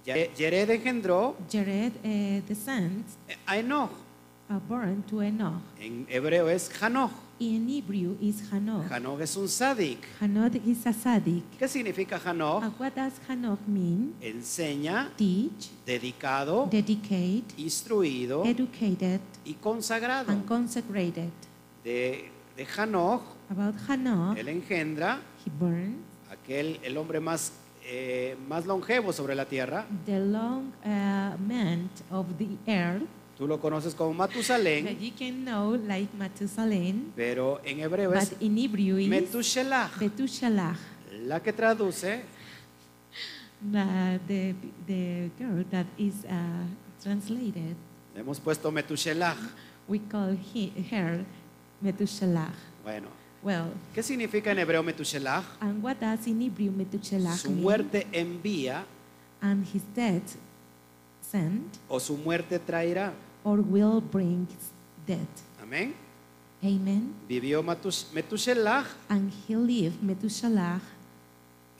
Ya- Jered engendró
Jared uh, descends
a Enoch.
are uh, born to Enoch.
En hebreo es Hanoch.
In Hebrew is Hanoch.
Hanoch es un sádic.
Hanod is a Sadik.
¿Qué significa Hanoch?
what does Hanok mean?
Enseña,
Teach,
dedicado,
dedicate,
instruido
educated,
y consagrado.
and consecrated.
De, de Hanoch,
About Hanok,
él engendra
he burns
aquel, el hombre más, eh, más longevo sobre la tierra.
the long uh, man of the earth
Tú lo conoces como Matusalén,
that you can know like Matusalem,
pero en hebreo
but
es
in Hebrew is
Metushelach,
Betushalach,
la que traduce
uh, the, the girl that is uh, translated.
Le hemos puesto Metushelach.
We call he, her Metushalach.
Bueno,
Well,
¿qué significa en hebreo Metushelach?
and what does in Hebrew Metushalach
Su
mean?
muerte envía
and his death sent
o su muerte traerá.
or will bring death.
Amén.
Amen.
Vivió Matus- Metushelach,
And he lived Metushalach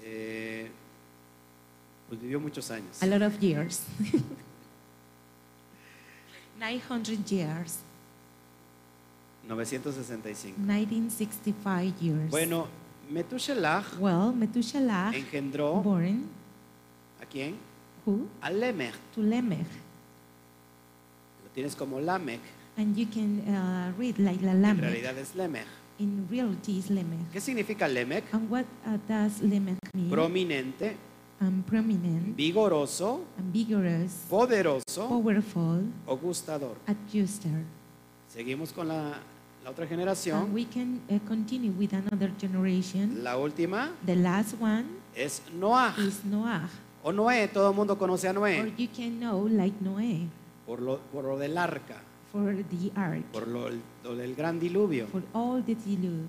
eh, pues vivió muchos años.
a lot of years. 900 years,
965.
1965 years.
Bueno, Metushelach
well, Metushalach
engendró
born
a quién?
who?
A Lemech.
To Lemech.
Lo tienes como Lamech.
And you can uh, read like La
En
Lamech.
realidad es Lemech.
In reality, is Lemech.
¿Qué significa Lemech?
And what uh, does Lemech mean?
Prominente,
and prominent,
vigoroso,
and vigorous,
poderoso
powerful,
o gustador.
adjuster.
Seguimos con la, la otra
And
generación.
we can uh, continue with another generation.
La última
The last one
es Noah
is Noah,
o Noé. Todo el mundo conoce a
or
Noé
you can know like Noah
por lo, por lo del arca,
for the ark,
por lo, lo del gran diluvio.
for all the deluge.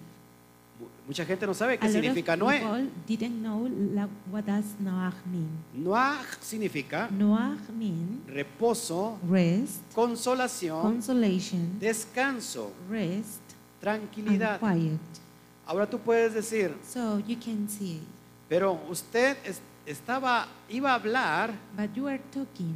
Mu- Mucha gente no sabe
A
qué
lot
significa
of
Noé.
people didn't know la, what does Noah mean.
Noah significa
Noah means
reposo,
rest,
consolación,
consolation,
descanso,
rest, and
tranquilidad.
quiet.
Ahora tú puedes decir,
So you can see.
pero usted es- estaba, iba a hablar
But you are talking,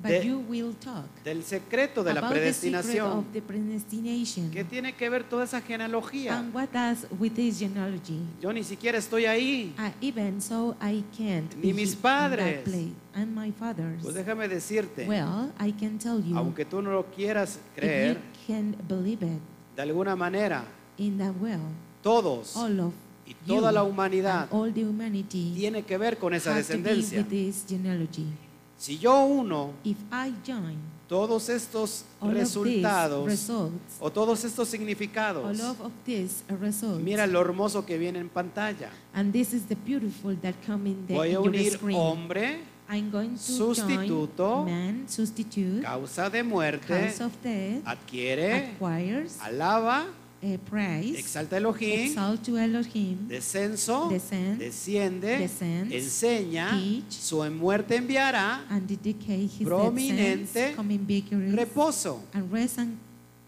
but
De-
you will talk
del secreto de la
about the secret
predestinación.
of the predestination.
¿Qué tiene que ver toda esa genealogía?
And what does with this genealogy?
Yo ni siquiera estoy ahí.
I, even so, I can't.
Ni
be
mis
in that
padres.
place, and my fathers.
Pues déjame decirte,
well, I can tell you,
aunque tú no lo quieras
if
creer,
you can believe it
de alguna manera,
in that well,
todos
all of
y
you
toda la
and
humanidad
all the humanity
tiene que ver con esa
has to be
descendencia.
with this genealogy.
Si yo uno
If I join
todos estos
all of these
resultados
results,
o todos estos
all
significados,
of, of these results,
mira lo hermoso que viene en pantalla.
and this is the beautiful that come in the
Voy a
in your
unir
screen.
hombre,
I'm going to
sustituto,
join man, substitute,
causa de muerte,
cause of
E,
death,
adquiere,
acquires,
alaba,
eh, praise,
Exalta Elohim,
exalt to Elohim,
descenso,
Descend.
desciende,
Descends.
enseña,
Teach.
su muerte enviará,
and dedicate his
Prominente.
descendants, coming victories,
reposo.
and rest and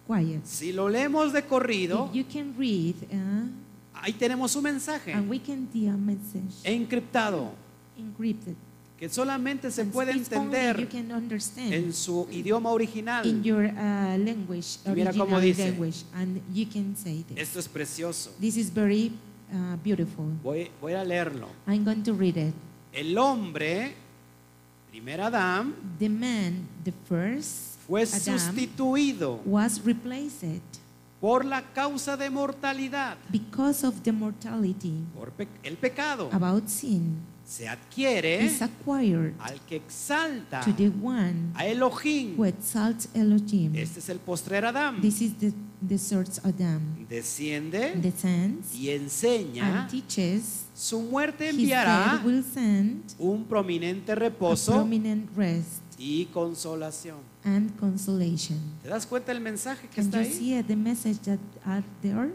quiet.
Si lo leemos de corrido,
If you can read, uh,
ahí tenemos un mensaje
and we can see a message
encriptado
encrypted.
que solamente se
And
puede
it's only You
entender
can understand
en su idioma
in
original.
your uh, language,
Y mira
original
cómo dice.
language, and you can say this.
Esto es precioso.
This is very uh, beautiful.
Voy, voy a leerlo.
I'm going to read it.
El hombre, primer Adán,
The man, the first
fue
Adam,
sustituido
was replaced
por la causa de mortalidad,
because of the mortality
por pe- el pecado.
about sin
Se adquiere
is acquired
al que exalta
to the one
a Elohim.
who exalts Elohim.
Este es el postrer Adán.
This is the, the source Adam.
Desciende
Descends
y enseña.
and teaches
Su muerte
his
enviará
dead will send
un prominente
a
reposo
prominent rest
y consolación.
and consolation.
¿Te das cuenta el mensaje que
Can
está
you
ahí?
see uh, the message that are there?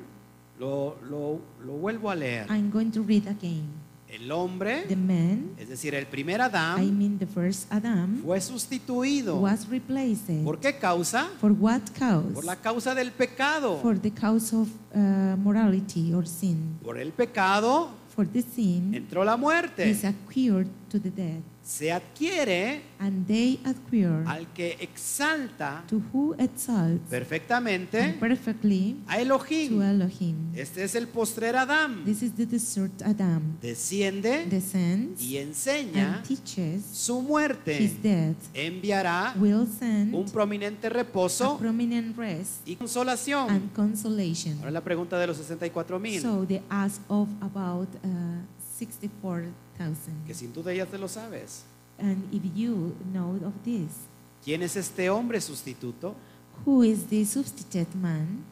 Lo, lo- lo vuelvo a leer.
I'm going to read again.
El hombre,
The man,
es decir, el primer
I
Adán,
mean the first Adam,
fue sustituido.
was replaced.
¿Por qué causa?
For what
Por
cause?
la causa del pecado.
For the cause of uh, morality or sin.
Por el pecado
For the sin
entró la muerte.
is acquired to the dead,
Se adquiere
and they acquire
al que exalta
to who exalts
perfectamente
and perfectly
a
to
Elohim.
Elohim.
Este es el postrer Adán.
This is the desert Adam
Desciende
descends
y enseña
and teaches
su
his
muerte.
death
Enviará
will send
un prominente
a
reposo
prominent rest
y consolación.
and consolation.
Oh. Ahora la pregunta de los 64 mil,
So they ask of about uh,
que
64,000.
sin duda ya te lo sabes.
And if you know of this,
¿Quién es este hombre sustituto?
who is the substitute man?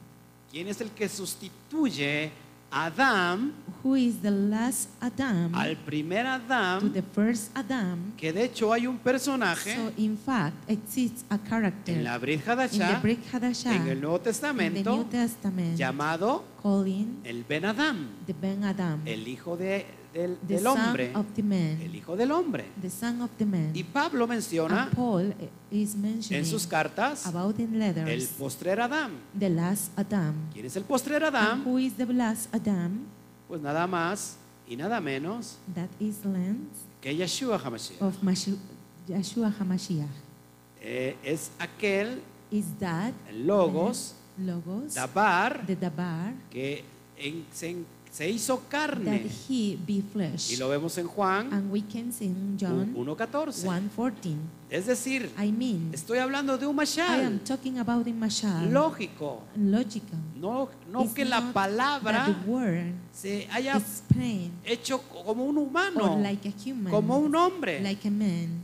¿Quién es el que sustituye a Adán,
Who is the last Adam
al primer
to the
Adán?
first Adam?
Que de hecho hay un personaje
So in fact, exists a character
en la Brit
in the
Hadashah,
Brit Hadashah,
en el Nuevo
in the New
Testamento,
Testament,
llamado
calling
el Ben Adán,
the Ben Adam,
el hijo de- del,
the
del
son
hombre,
of the man,
el hijo del hombre.
the son of the man.
Y Pablo menciona
And Paul eh, is mentioning
en sus cartas
about in
el
letters
postrer Adán.
the last Adam.
¿Quién es el postrer
And
Adán?
who is the last Adam?
Pues nada más y nada menos
That is land
que Yeshua HaMashiach.
of Mashu- Yeshua HaMashiach.
Eh, es aquel,
Is that
el Logos,
Logos,
Dabar,
the Dabar,
que en- se, se hizo
that
carne.
he be flesh?
Y lo vemos en Juan
And we can see in Ah, John
1.14.
1.14.
Es decir,
I mean,
estoy hablando de un
I am
Mashal
talking about in Mashal.
lógico.
logical.
No, no
It's
que
not
la palabra
that the word
se haya
is plain
hecho como un
or
humano,
like a human,
como un hombre.
like a man.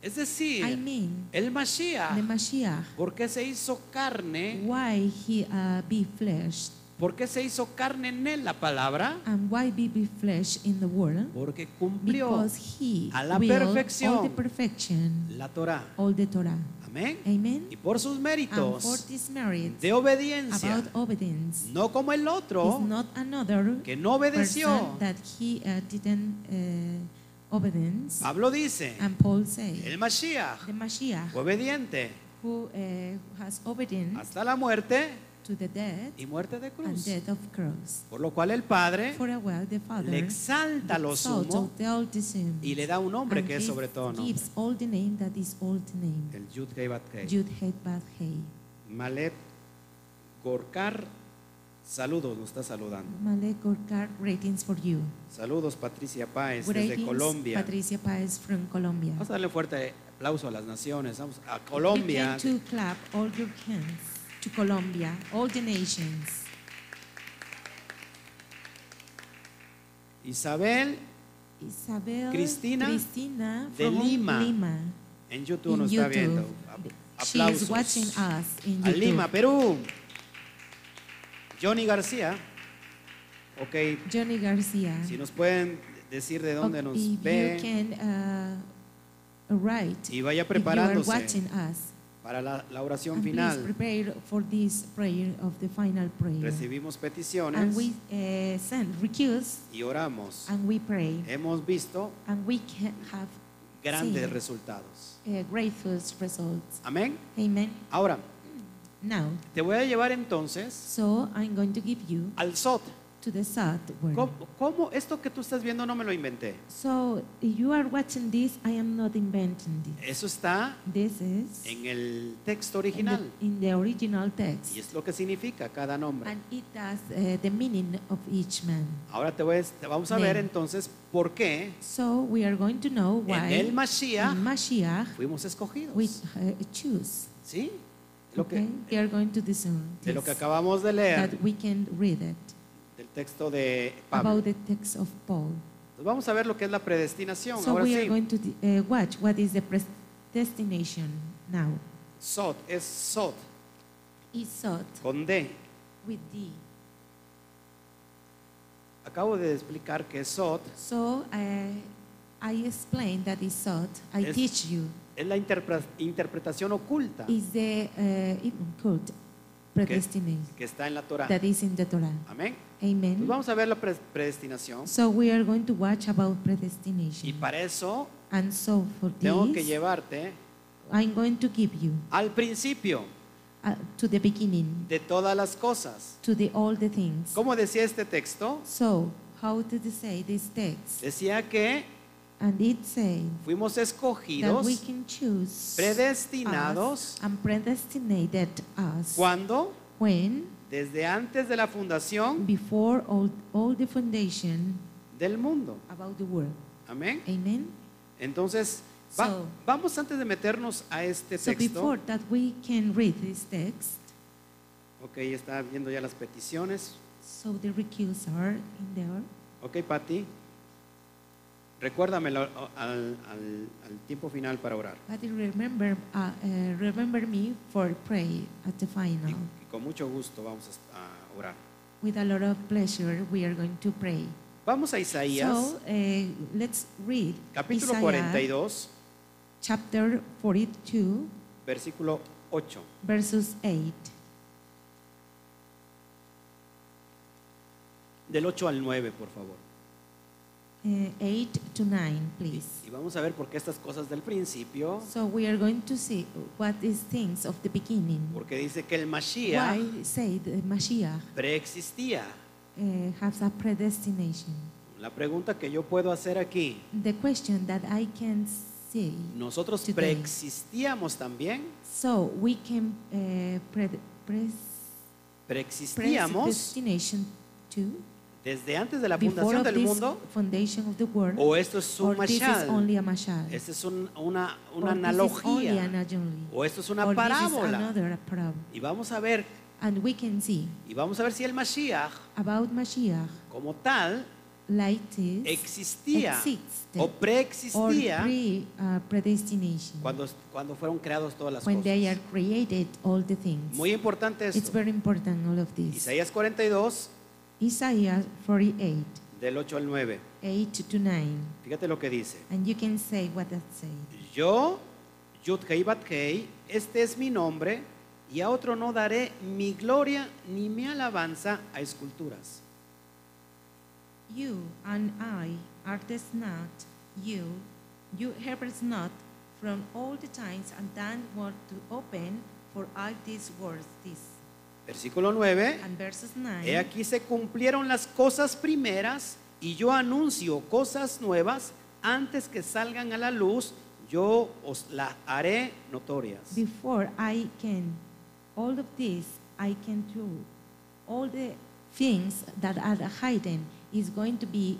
Es
I
decir,
mean,
el
the
Mashiach.
Mashiach.
¿Por qué se hizo carne?
Why he uh, be flesh
¿Por qué se hizo carne en él la palabra?
and why be be flesh in the world?
Porque cumplió
Because he
a la
will all the
perfección.
perfection,
la Torá.
all the Torah.
Amén.
Amen.
Y por sus
And for
méritos
this merit
de obediencia,
about obedience
no como el
is
otro
not another
que no obedeció.
person that he uh, didn't uh, obedience.
Pablo dice,
And Paul says,
el Mashiach
the Mashiach
fue obediente
who uh, has obedience
hasta la muerte
to the death
y muerte de
and
cruz.
death of cross.
Por lo cual el Padre
For a while, the Father
le exalta lo
exalts
sumo
all the old sin,
y le da un nombre
and
que es
gives-
sobre todo nombre.
gives all the name that is old name.
El Yud Hei Vav Hei.
Jude hate bad hey.
Malet Gorkar, saludos, nos está saludando.
Malek Gorkar, greetings for you.
Saludos Patricia Páez desde
Greetings,
Colombia.
Patricia Páez from Colombia.
Vamos a darle fuerte aplauso a las naciones, vamos a Colombia.
You tend to clap all your hands to Colombia, all the nations.
Isabel
Isabel
Cristina
Cristina
de
from
Lima.
Lima.
en YouTube
in
nos está viendo.
YouTube.
A-
She is watching
Aplausos.
us in
A
YouTube.
Lima, Perú. Johnny García. Ok,
Johnny Garcia.
si nos pueden decir de dónde
Ok,
nos
if you
ven
can uh, write,
y vaya
if you are
preparándose
watching us,
Para la, la oración
And please
final
prepare for this prayer of the final prayer.
recibimos
And
peticiones
we uh, send requests
y oramos.
and we pray.
Hemos visto
And we can have
grandes
Sí.
resultados.
uh, great first results.
Amén.
Amen.
Ahora,
Now,
te voy a llevar entonces
so I'm going to give you
al SOT.
to the sad word.
¿Cómo, cómo esto que tú estás viendo no me lo inventé?
So you are watching this. I am not inventing this.
Eso está
This is
en el texto
in the,
original
in the original text,
y es lo que significa cada nombre.
and it does uh, the meaning of each man.
Ahora te, voy a- te vamos a
Amén.
ver entonces por qué
So we are going to know why Mm-hmm.
en el
in
Mashiach
Mashiach
fuimos
we
escogidos.
uh, choose.
¿Sí? Lo que,
okay? We are going to discern
de lo que
this, uh,
acabamos de leer
that we can read it
del texto de Pablo.
about the text of Paul.
Entonces, vamos a ver lo que es la predestinación.
So
Ahora
we are
sí,
going to de- uh, watch what is the predestination now.
Sot es Sot
Is sought
con D.
with D.
Acabo de explicar que Sot
So uh, I explained that is sought. I
Es-
teach you
es la interpre- interpretación oculta
is the uh, even called predestination
que está en la Torah.
that is in the Torah.
Amén. Pues
Amen.
vamos a ver la pre- predestinación
So we are going to watch about
y
predestination.
para eso
And so for
tengo que
this,
llevarte
I'm going to give you
al principio
uh, to the beginning,
de todas las cosas.
to the all the things.
Como decía este texto?
So how did they say this text?
Decía que
And it says
fuimos
that we
escogidos,
can choose
predestinados,
us and predestinated us
cuando
when
desde antes de la fundación
before all, all the foundation
del mundo.
about the world.
Amén.
Amen.
Entonces, va-
So-
vamos antes de meternos a este
So
texto.
before that we can read this text,
Ok, está viendo ya las peticiones.
so the recuse are in there.
Ok, Patti. Recuérdamelo al, al- al tiempo final para orar.
But remember, uh, uh, remember me for pray at the
Y,
final.
y con mucho gusto vamos a est- a orar.
With a lot of pleasure, we are going to pray.
Vamos a Isaías,
So uh, let's read
capítulo
Isaiah
42,
chapter 42,
versículo 8.
verses 8.
Del 8 al 9, por favor.
Uh, 8 to 9, please.
Y vamos a ver por qué estas cosas del principio,
So we are going to see what is things of the beginning.
porque dice que el Mashiach
Why say the Mashiach
preexistía.
uh, has a predestination?
La pregunta que yo puedo hacer aquí,
The question that I can say,
¿nosotros
Today.
preexistíamos también?
so we can uh, pred- pres-
¿Preexistíamos
predestination to
desde antes de la
before
fundación
of
del
this
mundo?
foundation of the world,
¿O esto es
or
un
this is
mashal?
only a Mashal,
Esta es un- una,
or
una
this is only an
analogía.
analogy,
¿O esto es
or
una
this is
parábola?
another parable,
Y vamos a ver,
and we can see
y vamos a ver si el Mashiach
about Mashiach
como tal
like this
existía
existed
o
or
preexistía
pre, uh, predestination
cuando, cuando fueron creados todas las
when they are
cosas.
created all the things.
Muy importante
It's
esto.
very important all of this.
Isaías 42,
Isaiah 48,
del 8 al 9.
8 to 9.
Fíjate lo que dice.
And you can say what that says.
Yo, Yudhei Bathei, este es mi nombre, y a otro no daré mi gloria ni mi alabanza a esculturas.
You and I are the not, you, you herbers not, from all the times and then were to open for all these words this.
Versículo 9.
And verses 9.
He aquí se cumplieron las cosas primeras y yo anuncio cosas nuevas antes que salgan a la luz, yo os las haré notorias.
Before I can, all of this I can do. All the things that are hidden is going to be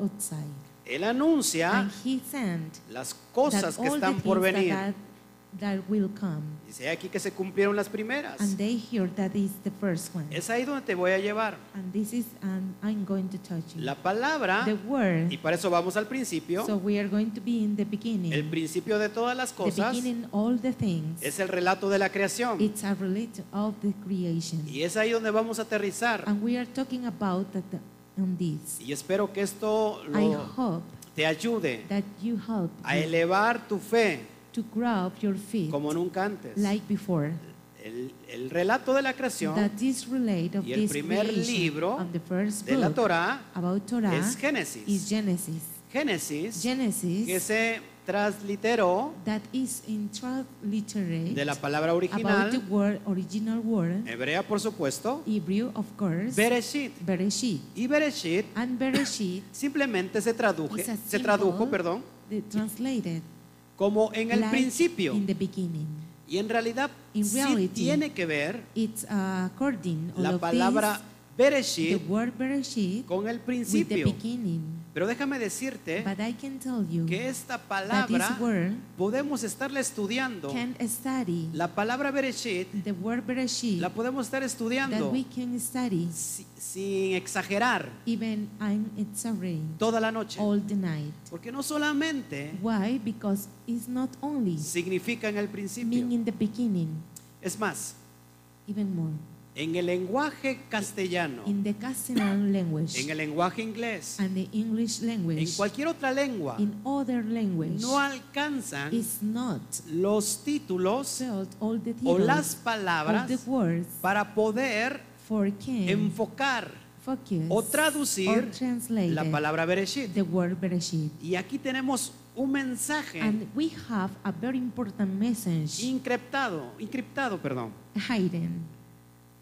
outside.
Él anuncia
And he sent
las
that
cosas que
all the
están por
things that,
venir.
are, that will come.
Dice aquí que se cumplieron las primeras.
And they hear that is the first one.
Es ahí donde te voy a llevar.
And this is, and I'm going to touch you.
La palabra,
the
y
word.
para eso vamos al principio,
So we are going to be in the beginning.
el principio de todas las
the
cosas
beginning, all the things.
es el relato de la creación.
It's a relate of the creation.
Y es ahí donde vamos a aterrizar.
And we are talking about that on this.
Y espero que esto
I
lo-
hope
te ayude
that you help
a
me
elevar tu fe
to grow up your feet
como nunca antes.
like before.
El, el relato de la creación
That this relate of
Y el
this
primer
creation
libro
of the first
de la
book
Torá
about Torah
es
is
Génesis.
Genesis.
Génesis que
Genesis
se transliteró
that is in transliterate
de la palabra
about the
original,
word original word
hebrea por supuesto,
Hebrew of course
Bereshit.
Bereshit
Y Bereshit
and Bereshit
simplemente se traduje,
is a
se tradujo,
symbol
perdón,
the translated
como en el
like
principio.
in the beginning
Y en realidad
In
sí
reality,
tiene que ver
it's uh, according all
la
of
palabra
this, the
Bereshit
word Bereshit
con el
with the
principio.
beginning
Pero déjame decirte
but I can tell you
que esta
that
palabra
this word
podemos estarla estudiando.
can study
La palabra Bereshit
the word Bereshit
la podemos estar
that
estudiando
we can study
si- sin exagerar
even I'm exaggerating
toda la noche.
all the night
Porque no solamente
why because it's not only
significa en el
mean
principio.
in the beginning
Es más,
even more
en el lenguaje castellano,
in the Castellan language
en el lenguaje inglés,
and the English
en
language
cualquier otra lengua,
in other language
no alcanzan
is not
los títulos
felt all the
o las
titles of
palabras
the words
para poder
for can
enfocar
focus
o
or
traducir
translate
la palabra Bereshit.
the word Bereshit
Y aquí tenemos un mensaje
and we have a very important message
encriptado, encriptado, perdón,
hidden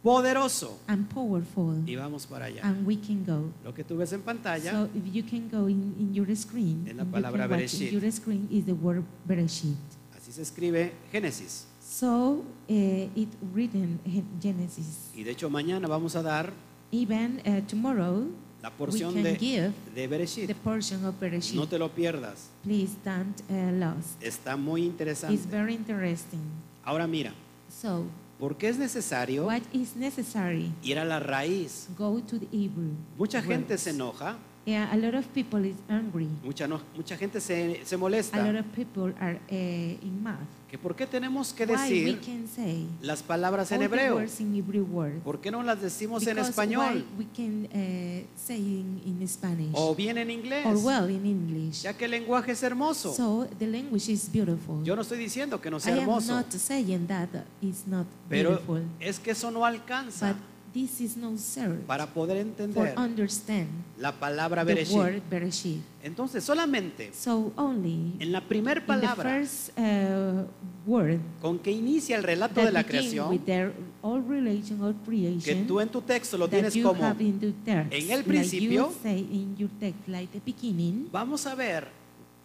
poderoso.
and powerful
Y vamos para allá.
and we can go
Lo que tú ves en pantalla
So if you can go in, in your screen,
Ah, En la
you
palabra
can watch
Bereshit.
in your screen is the word Bereshit.
Así se escribe Génesis.
So eh, it written in Genesis.
Y de hecho mañana vamos a dar
Even eh, tomorrow
la
we
porción
can
de,
give
de
the
Bereshit.
portion of Bereshit.
No te lo pierdas.
Please don't eh, lose.
Está muy
It's
interesante.
very interesting.
Ahora mira,
So
porque es necesario
what is necessary?
ir a la raíz.
Go to the Hebrew.
Mucha
words.
gente se enoja,
Yeah, a lot of people is angry.
mucha, no- mucha gente se, se
A lot
molesta.
of people are eh, in math.
Que ¿Por qué tenemos que
Why we
decir
can say
las palabras en
all the
hebreo?
words in Hebrew word.
¿Por qué no las decimos en
Because
español?
why we can eh, say in, in Spanish
O bien en inglés.
or well in English.
Ya que el lenguaje es hermoso.
So the language is beautiful.
Yo no estoy diciendo que no
I
sea
am
hermoso,
not saying that it's not
pero
beautiful,
es que eso no alcanza
but this is no search
para poder
for
entender
understand
la palabra
the
Bereshit.
word Bereshit.
Entonces, solamente
So only
en la primera
in the
palabra
first uh, word
con que inicia el relato de
that
la
begin
creación,
with their all relation or
que
creation
tú en tu texto lo
that
tienes
you
como
have in the text,
en el
like you
principio-
say in your text, like the beginning.
Vamos a ver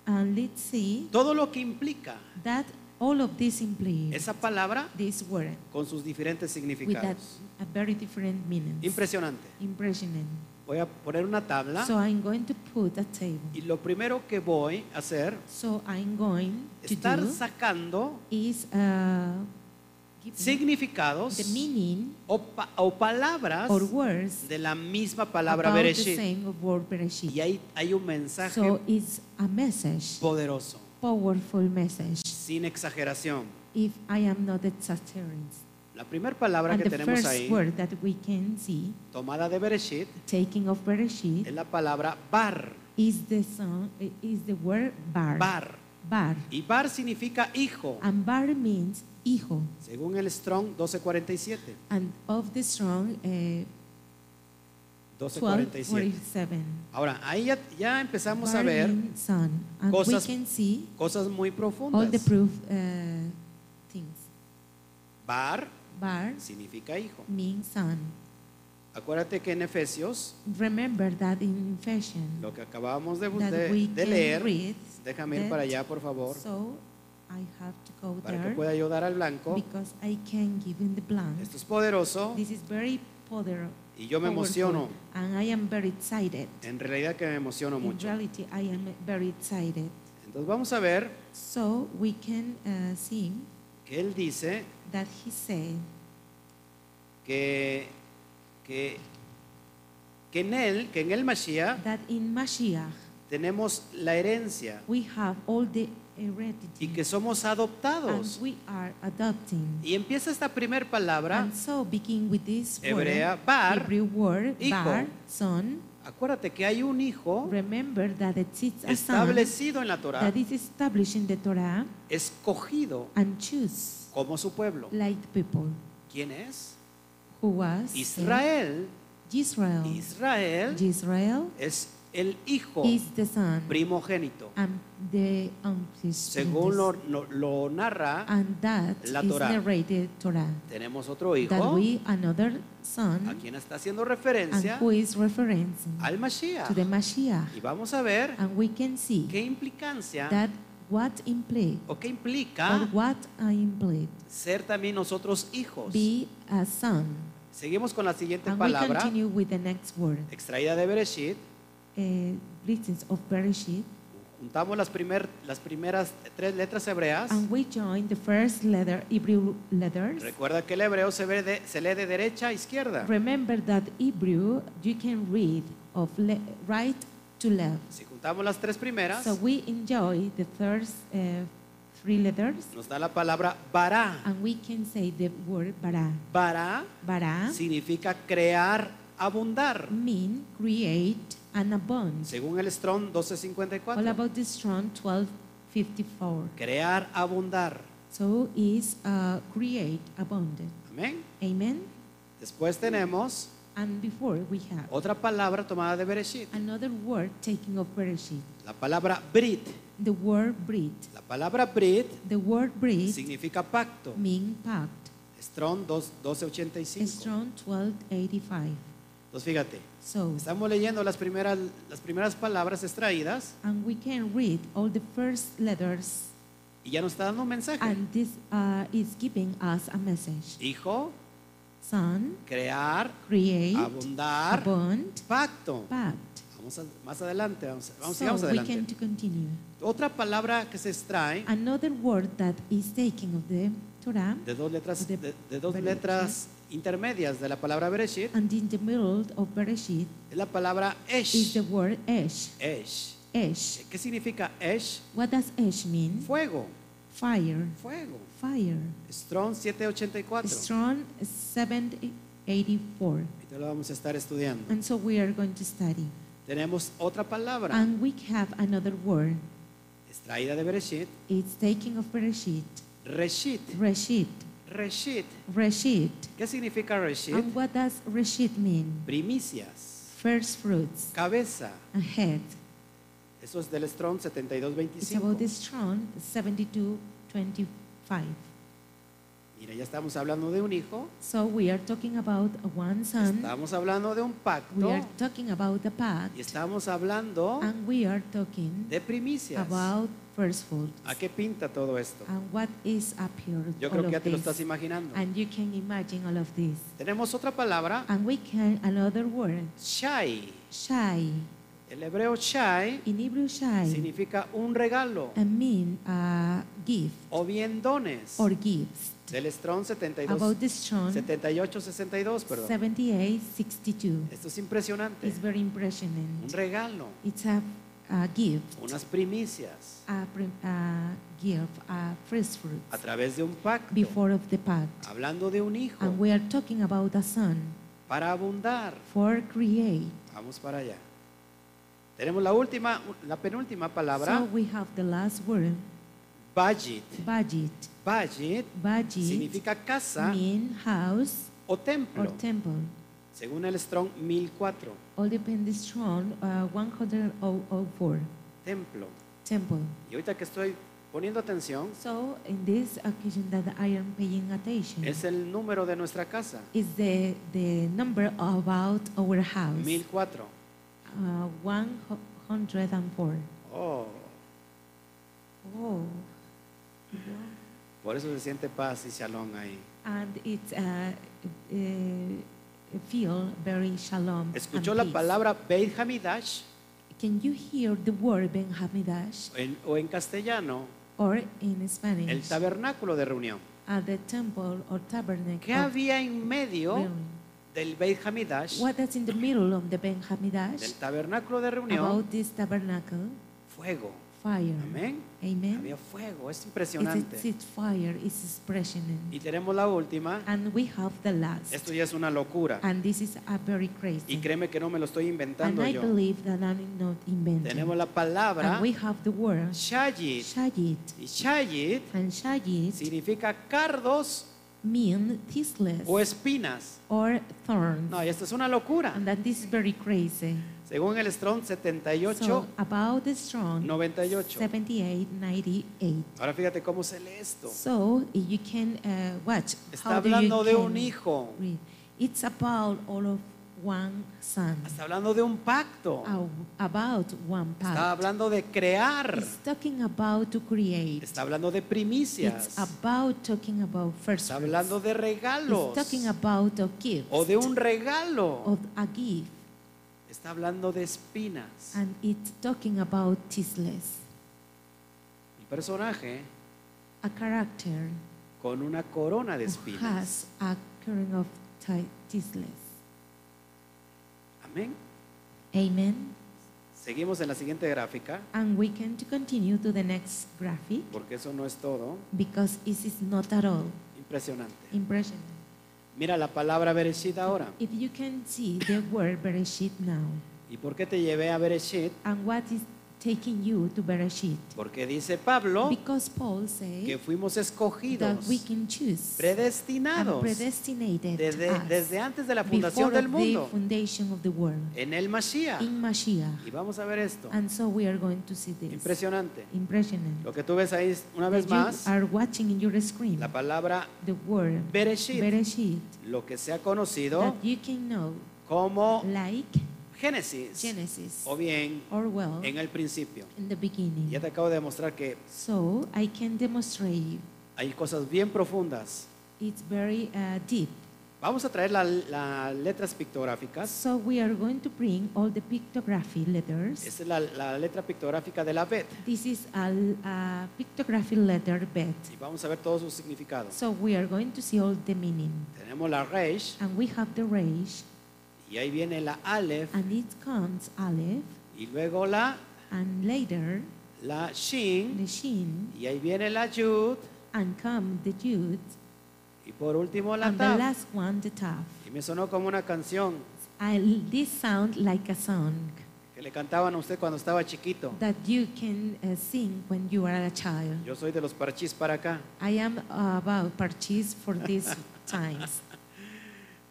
And let's see
todo lo que implica
that all of this implies
esa palabra
this word
con sus diferentes
with that
significados.
a very different meaning.
Impresionante.
Impressioning.
Voy a poner una tabla
So I'm going to put a table.
y lo primero que voy a hacer
So I'm going to
estar
do
sacando
is uh, give me
significados
the meaning
o, pa- o palabras
or words
de la misma palabra
about the
Bereshit.
same word Bereshit.
Y ahí hay un mensaje
So it's a message,
poderoso,
powerful message.
sin exageración.
If I am not exaggerating.
La primera palabra
And
que
the
tenemos
first
ahí,
word that we can see,
tomada de Bereshit,
taking of Bereshit,
es la palabra bar.
is the song is the word bar. Ah.
Bar.
Bar.
Y bar significa hijo,
And bar means hijo.
según el Strong 1247.
And of the strong eh,
1247.
1247.
Ahora, ahí ya, ya empezamos a
Bar
ver
means son. And
cosas
we can see
cosas muy
all the
profundas.
proof uh, things.
Bar
Bar
significa hijo.
means son.
Acuérdate que en Efesios,
Remember that in fashion
lo que acabamos de,
that
de-
we
de
can
leer,
read.
déjame ir
that.
para allá, por favor,
So I have to go
para que
there
pueda ayudar al blanco.
because I can give in the blank.
Esto es poderoso
This is very powerful.
y yo me emociono.
powerful, And I am very excited.
En realidad que me emociono
In
mucho.
reality, I am very excited.
Entonces vamos a ver
So we can uh, see
que él dice
that he said
que, que, que en él, que en el Mashiach,
that in Mashiach
tenemos la herencia
we have all the heredity
y que somos
and
adoptados.
we are adopting.
Y empieza esta primer palabra
And so begin with this
hebrea,
word,
bar,
Hebrew word,
hijo.
bar, son,
Acuérdate que hay un hijo
Remember that exists a son
establecido en la Torah,
that is established in the Torah
escogido
and choose
como su pueblo.
light people
¿Quién es?
who was eh,
Israel.
Israel.
Israel
Israel
es el hijo
is Ah, the son
primogénito.
and the unprecedented.
Según lo, lo- lo narra,
and that is
la Torá.
narrated Torah.
tenemos otro
That
hijo
we another
a
son
quien está haciendo
and
referencia
who is referencing
al
to the Ah.
Mashiach.
Mashiach.
Y vamos a ver
And we can see
qué implicancia
that what implied
o qué
or
implica
what I implied
ser también nosotros hijos.
be a son.
Seguimos con la siguiente
And Ah, we
palabra
continue with the next word.
extraída de Bereshit.
Eh, blessings of Bereshit.
Juntamos las, primer- las primeras tres letras hebreas.
And we join the first letter, Hebrew letters.
Recuerda que el hebreo se, ve de- se lee de derecha a izquierda.
Remember that Hebrew you can read of le- right to left.
Si juntamos las tres primeras,
So we enjoy the first uh, three letters,
nos da la palabra bara.
and we can say the word bara.
Bara
Bara
significa crear, abundar.
mean create and abound.
Según el Strong
All
1254.
about the strong 1254.
Crear, abundar.
So is uh, create abounded.
Amén.
Amen.
Después tenemos
And before we have
otra palabra tomada de Bereshit.
another word taking of Bereshit,
La palabra brit.
the word breed.
La palabra brit
The word breed
significa pacto.
mean pact.
Strong 1285.
Strong 1285.
Entonces fíjate,
So
estamos leyendo las primeras, las primeras palabras extraídas
and we can read all the first letters
y ya nos está dando un mensaje.
and this uh, is giving us a message
Hijo,
son
crear,
create
abundar,
bond
pacto.
pact
Vamos a- más adelante, vamos, vamos,
so
sigamos
we can Ah,
adelante.
to continue
Otra palabra que se extrae
another word that is taken of the torah
de dos letras,
de
de, de dos
Bereshit.
letras intermedias de la palabra Bereshit
and in the middle of bereshit
es la palabra
is
Esh.
the word esh
Esh.
esh
¿Qué significa Esh?
what does esh mean
Fuego,
fire
fuego.
fire
Strong 784.
strong 784
Ahorita lo vamos a estar estudiando.
and so we are going to study
Tenemos otra palabra
and we have another word
extraída de Bereshit,
It's taking of Reshit.
Reshit.
Reshit.
Reshit.
Reshit.
¿Qué significa Reshit?
And what does Reshit mean?
Primicias,
First fruits.
cabeza.
A head.
Eso es del Strong
It's about
7225.
the strong 7225.
Mira, ya estamos hablando de un hijo,
So we are talking about a one son.
estamos hablando de un
We
pacto
are talking about the
y
pact.
estamos hablando
And we are talking
de primicias.
Ah. about Ah, first fruits.
¿A qué pinta todo esto?
And what is up here?
Yo
all
creo que ya
of
te lo
this.
estás imaginando.
And you can imagine all of this.
Tenemos otra palabra,
And we can another word.
shai.
Shai.
El hebreo shai
In Hebrew, shai.
significa un regalo
and mean uh, gift
o bien dones.
or gifts
Del Strong 72,
about the strong
7862, perdón.
7862
Esto es impresionante.
is very
Un
impressionant.
regalo,
It's a, a gift,
unas primicias
a, prim- a gift, a first fruit
a través de un pacto.
before of the pact.
Hablando de un hijo
And we are talking about a son
para abundar.
for create.
Vamos para allá. Tenemos la última, la penúltima
So
palabra,
we have the last word,
Bajit.
budget.
Bajit
Budget
significa casa
mean house
o
or
templo,
temple.
según el Strong 1004.
All depend strong uh, 1004
Templo.
temple.
Y ahorita que estoy poniendo atención,
So in this occasion that I am paying attention
es el número de nuestra casa,
is the the number about our house
1004.
uh, one hundred and four.
Oh,
Oh,
por eso se siente paz y shalom ahí.
and it uh, uh, feel very shalom.
Escuchó
and
la
peace.
palabra Beit Hamidash,
Can you hear the word Ben Hamidash
en- o en castellano,
or in
el
Spanish
tabernáculo de reunión.
at the temple or tabernacle?
¿Qué había en medio
Really?
del Beit Hamidash,
What is in the middle of the Ben Hamidash
del tabernáculo de reunión?
about this tabernacle?
Fuego.
fire.
Amén.
Amen.
Había fuego, es
It's,
impresionante.
it's fire, it's expression.
Y tenemos la última.
And we have the last.
Esto ya es una locura.
And this is a very
Y
crazy.
créeme que no me lo estoy
Ah, And
inventando
I
yo.
believe that I'm not inventing.
Tenemos la palabra
And we have the word
shayit.
shayit.
Y shayit
And shayit
significa cardos
mean thistless
o espinas.
or thorns.
No, y esto es una locura.
And that this is very crazy.
Según el Strong 78,
So about the strong
98.
78, 98.
Ahora fíjate cómo se lee esto.
So you can uh, watch
Está
how do you
hablando de un
can
hijo.
read. It's about all of one son.
Está hablando de un pacto.
Au- About one
Está
part.
hablando de crear.
It's talking about to create.
Está hablando de
It's
primicias.
about talking about first
Está
fruits.
hablando de regalos.
It's talking about a gift.
O de un regalo.
Of a gift.
Está hablando de espinas.
And it's talking about thistless.
El personaje
A character
con una corona de
who
espinas.
has a current of ti- thistless.
Amén.
Amen.
Seguimos en la siguiente gráfica,
And we can to continue to the next graphic
porque eso no es todo.
because it is not at all
Impresionante.
impression.
Mira la palabra Bereshit ahora.
If you can see the word Bereshit now,
¿Y por qué te llevé a Bereshit?
and what is taking you to Bereshit?
Porque dice Pablo
Because Paul
que
says
fuimos
that
escogidos,
we can choose and
predestinados,
predestinated
desde,
us
desde antes de la
before
fundación del
of
mundo,
the foundation of the world
en el Mashiach.
in
Y
Mashiach.
vamos a ver esto.
And so we are going to see this.
Impresionante.
Impressionant.
Lo que tú ves ahí, es, una vez
That
más,
you are watching in your screen
la palabra
the word
Bereshit,
Bereshit
lo que se ha conocido
that you can know
como
like
Génesis,
Genesis
o bien
or well
en el principio.
in the
Ya
beginning.
te acabo de demostrar que
So I can demonstrate you.
hay cosas bien profundas.
It's very uh, deep.
Vamos a traer las letras pictográficas.
So we are going to bring all the pictography letters.
Esta es la, la letra pictográfica de la Bet.
This is a, a pictography letter bed.
Y vamos a ver todos sus significados.
So we are going to see all the meaning.
Tenemos la Reish,
And we have the rage,
y ahí viene la Aleph,
and it comes Aleph,
y luego la,
and later
la Shin,
the Shin,
y ahí viene la Yud,
and come the Jud,
y por último la
and the
Tav.
last one the Taf.
Y me sonó como una canción
And this sound like a song
que le cantaban a usted cuando estaba chiquito.
that you can uh, sing when you are a child.
Yo soy de los parchís para acá.
I am about parchis for these times.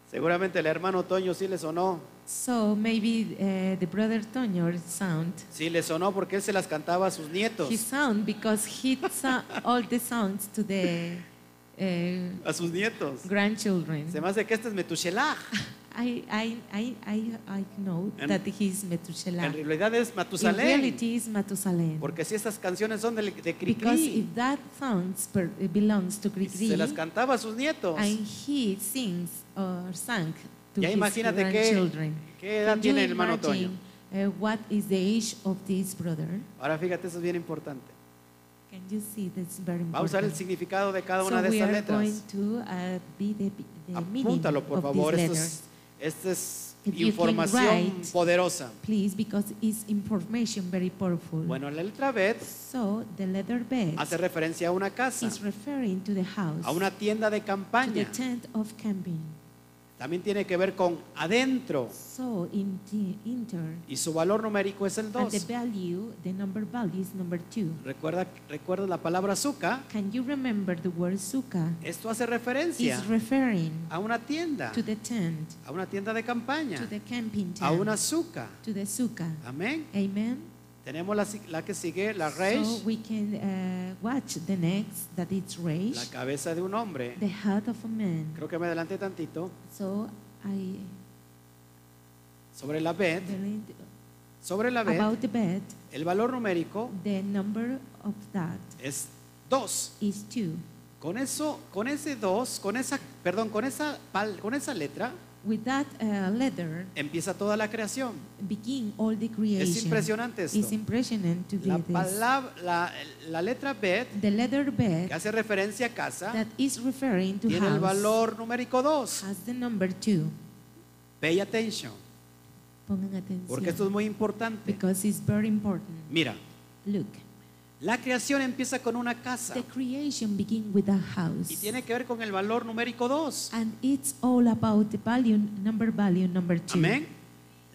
Seguramente el hermano Toño sí le sonó.
So maybe uh, the brother Tonyor sound.
Sí le sonó porque él se las cantaba a sus nietos.
He sound because he sang all the sounds to the uh,
A sus nietos.
grandchildren.
Se me hace que este es Metushelach.
I, I, I, I, I know
And-
that he is
En
Metushelach.
realidad es
In
Matusalén.
reality, is Matusalem.
Porque si estas canciones son de, de
Because
Cricri,
if that song belongs to
y se las
Grigri,
cantaba a sus nietos.
and he sings or sang to
Ya
his
imagínate qué,
grandchildren.
qué edad
Can
tiene
you
el hermano Toño.
imagine, uh, what is the age of this brother?
Ahora fíjate, eso es bien importante.
Can you see that's very important?
Vamos a ver el significado de cada una
so
de
we
estas
are
letras.
going to uh, be the, the meaning
Apúntalo, por
of
favor.
these
Esto
letters,
es, esta es
If you can
información
write-
poderosa.
please, because it's information very powerful.
Bueno, la letra Bet
so the leather bed
hace referencia a una casa,
is referring to the house,
a una tienda de
to the
campaña.
tent of camping.
También tiene que ver con adentro.
So in the inter,
Y su valor numérico es el
and the
2.
value, the number value is number two.
Recuerda, recuerda la palabra azúcar.
Can you remember the word suka?
Esto hace referencia
It's referring
a una tienda,
to the tent,
a una tienda de
to
campaña,
the camping tent,
a un azúcar.
to the suka.
Amén.
Amen.
Tenemos la, si- la que sigue, la
So
reish,
we can uh, watch the next that it's
la
rage,
cabeza de un hombre.
the head of a man.
Creo que me adelanté tantito.
So I
Sobre la bet,
the lead-
sobre la bet,
about the bed,
el valor numérico
the number of that
es 2.
is two.
Con eso, con ese 2, con esa, perdón, con esa, pal- con esa letra
With that uh, letter
empieza toda la creación.
begin all the creation.
Es impresionante
It's
esto.
impressionant to be
La
this.
palabra, la, la letra bet,
The leather
que
bed
hace referencia a casa,
that is referring to
tiene el
house Ah.
valor numérico 2.
has the number two.
Pay attention,
Pongan atención.
porque esto es muy importante.
Because it's very important.
Mira,
Look,
La creación empieza con una casa
The creation begins with a house.
y tiene que ver con el valor numérico 2.
And it's all about the value, number value, number two.
Amén.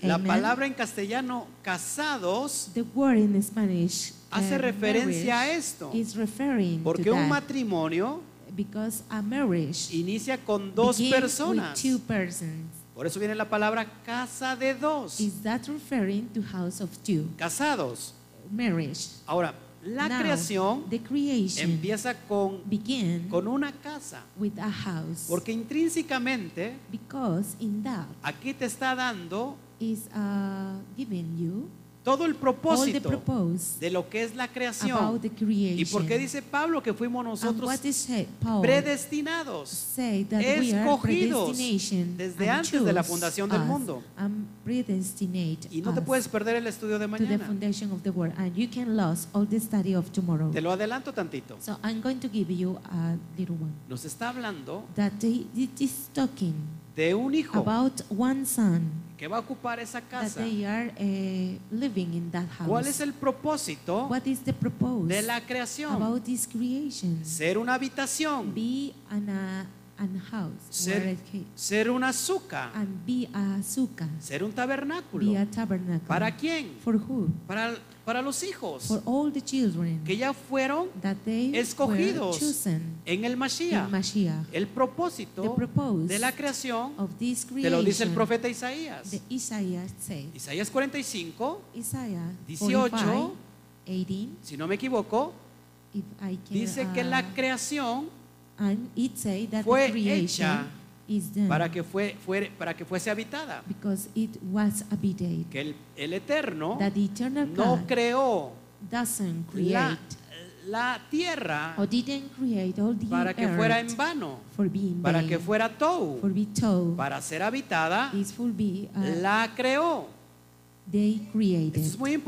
La
Amen.
palabra en castellano casados
The word in Spanish
hace
uh,
referencia a
marriage,
esto.
is referring
Porque
to
un
that
matrimonio
because a marriage
inicia con dos
begins
personas.
with two persons.
Por eso viene la palabra casa de dos.
Is that referring to house of two?
Casados.
Marriage.
Ahora, la
Now,
creación
the creation
empieza con,
begin
con una casa.
with a house
Porque intrínsecamente
because in that
aquí te está dando
is uh, giving you
todo el
all the
propósito
purpose
de lo que es la
about
creación.
the creation.
¿Y por qué dice Pablo que fuimos
and
nosotros
what is it, Paul
predestinados?
say that we are
escogidos
predestination
desde
and
antes de la
choose
fundación del
us
mundo.
and predestinate
Y no te
us
puedes perder el estudio de
to the
mañana.
foundation of the world and you can lose all the study of tomorrow.
Te lo adelanto tantito.
So I'm going to give you a little one
Nos está hablando
that they- it is talking
de un hijo
about one son
que va a ocupar esa
that
casa.
they are eh, living in that house.
¿Cuál es el propósito
What is the purpose
de la creación?
about this creation?
Ser una habitación,
Be an, uh, an house
Ser-
where it ca-
ser un azúcar,
and be a suka,
ser un
be a
tabernáculo.
tabernacle.
¿Para quién?
For who?
Para, para los hijos
For all the children
que ya fueron
that they were
escogidos
chosen
en el
in
Mashiach.
Mashiach.
El
The
propósito
purpose
de la creación
of this
te
creation,
lo dice el profeta Isaías.
the Isaiah said,
Isaías 45,
Isaiah
18,
45, 18,
si no me equivoco,
if I can,
dice que la
uh,
creación
and it say that
fue
the creation
hecha
is done
para que, fue, fuere- para que fuese habitada,
because it was habited.
que el, el Eterno
That the eternal
no
God
creó
doesn't create
la, la tierra
or didn't create all the
para que
earth
fuera en vano,
for being
para
vain,
que fuera
for
Tou,
be told
para ser habitada,
is for be uh,
la creó.
they created.
Esto es muy
It's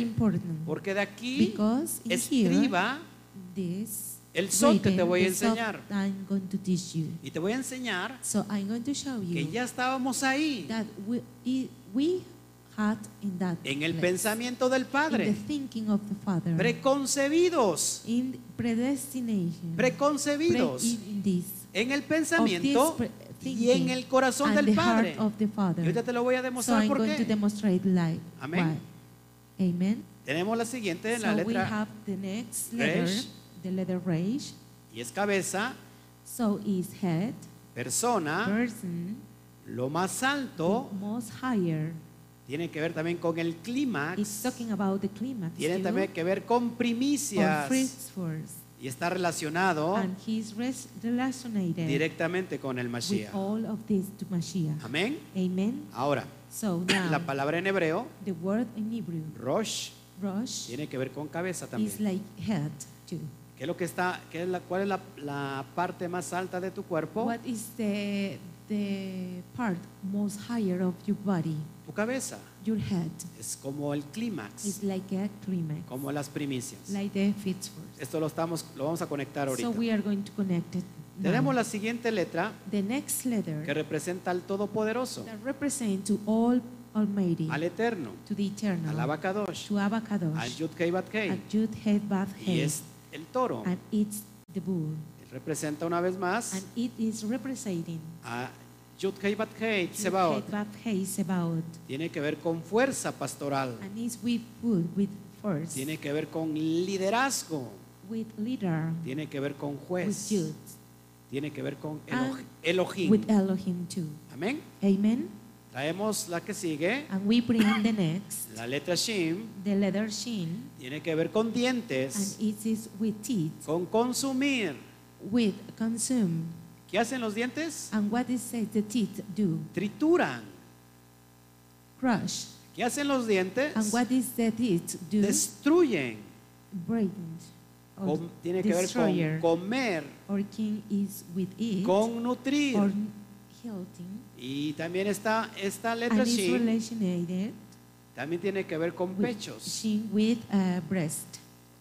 importante,
important
porque de aquí
because in here
escriba
this
el sol que te
written,
voy a
the song
enseñar.
I'm going to teach you.
Y te voy a enseñar
So I'm going to show
que
you
ya estábamos ahí,
that we, i- we had in that
en el
place,
pensamiento del
in
Padre,
the thinking of the Father,
preconcebidos,
in predestination,
preconcebidos,
pre- in this,
en el pensamiento
pre-
y en
thinking
el corazón
and
del
the
Padre.
heart of the
Y
Father.
ahorita te lo voy a
So
demostrar
I'm
por
going to
qué.
demonstrate like
Amén.
why. Amen.
Tenemos la siguiente en la
so we
letra
have the next letter,
Resh.
the letter Resh.
y es cabeza,
So is head,
persona,
person,
lo más
the
alto,
most higher.
tiene que ver también con el
It's
clímax,
talking about the climax.
tiene
too,
también que ver con
or
primicias
fruits first.
y está relacionado
And he's res- related
directamente con el
with
Mashiach.
all of this to Mashiach.
Amén.
Amen.
Ahora,
So
la
now,
palabra en hebreo,
the word in Hebrew,
rosh,
Rosh,
tiene que ver con cabeza
is
también.
like head too.
¿Qué es lo que está, qué es la, cuál es la, la parte más alta de tu cuerpo?
What is the the part most higher of your body?
Tu cabeza.
Your head
Es como el
is
clímax,
like a climax,
como las primicias.
like the feet first.
Esto lo estamos, lo vamos a conectar
So
ahorita.
we are going to connect it. now.
Tenemos la siguiente letra
the next letter
que representa al Todopoderoso,
that represent to all Almighty,
al Eterno,
to the Eternal,
al Abacadosh,
to Abacadosh,
al Yud Kei Bat Kei,
and Jude Head Bath
y
Head,
es el toro.
and it's the bull,
Él representa una vez
and
más
it is representing
a Yud Kei Bat Kei,
Jude
Tsebaot.
Head Bath Head Sebaot,
Tiene que ver con fuerza pastoral,
and it's with wood, with force,
tiene que ver con liderazgo,
with leader,
tiene que ver con
with
juez,
Jude.
tiene que ver con
Ah,
Elo- Elohim.
with Elohim too.
Amén.
Amen.
Traemos la que sigue,
And we bring the next,
la letra Shin,
the letter Shin,
tiene que ver con
and
dientes,
it is with teeth,
con consumir.
with consume.
¿Qué hacen los dientes?
And what is said the teeth do?
Trituran.
Crush.
¿Qué hacen los dientes?
And what is the teeth do?
Destruyen.
Break. Or
Com- tiene que ver
destroyer.
con comer,
or king is with it.
con nutrir.
Or healthy.
Y también está esta
And
letra
is
Shin,
related
también tiene que ver con
with
pechos.
shin with uh, breast.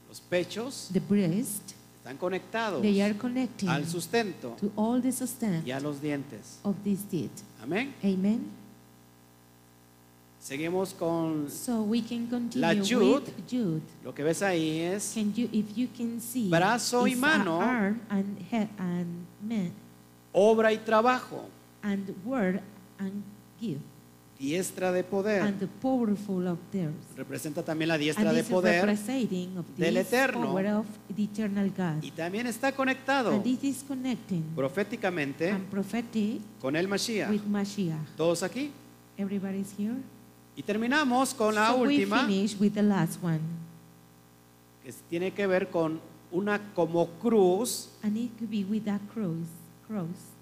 Los pechos
The breast,
están conectados
they are connected
al sustento
to all the sustain
y a los dientes.
of this teeth.
Amén.
Amen.
Seguimos con
So we can continue
La Jude.
with Jude.
lo que ves ahí es
Can you, if you can see,
Brazo y
it's a
mano.
arm and head and man,
obra y trabajo,
and word and give,
diestra de poder.
and the powerful of theirs.
Representa también la diestra Eh.
And
de
this is
poder
representing of
del
this
Eterno.
power of the eternal God.
y también está conectado
And this is connecting
proféticamente
and prophetic
con el Mashiach.
with Mashiach.
Todos aquí.
Everybody's here?
Y terminamos con la
so
última,
we finish with the last one.
que tiene que ver con una como cruz.
And it could be with that cross. cross.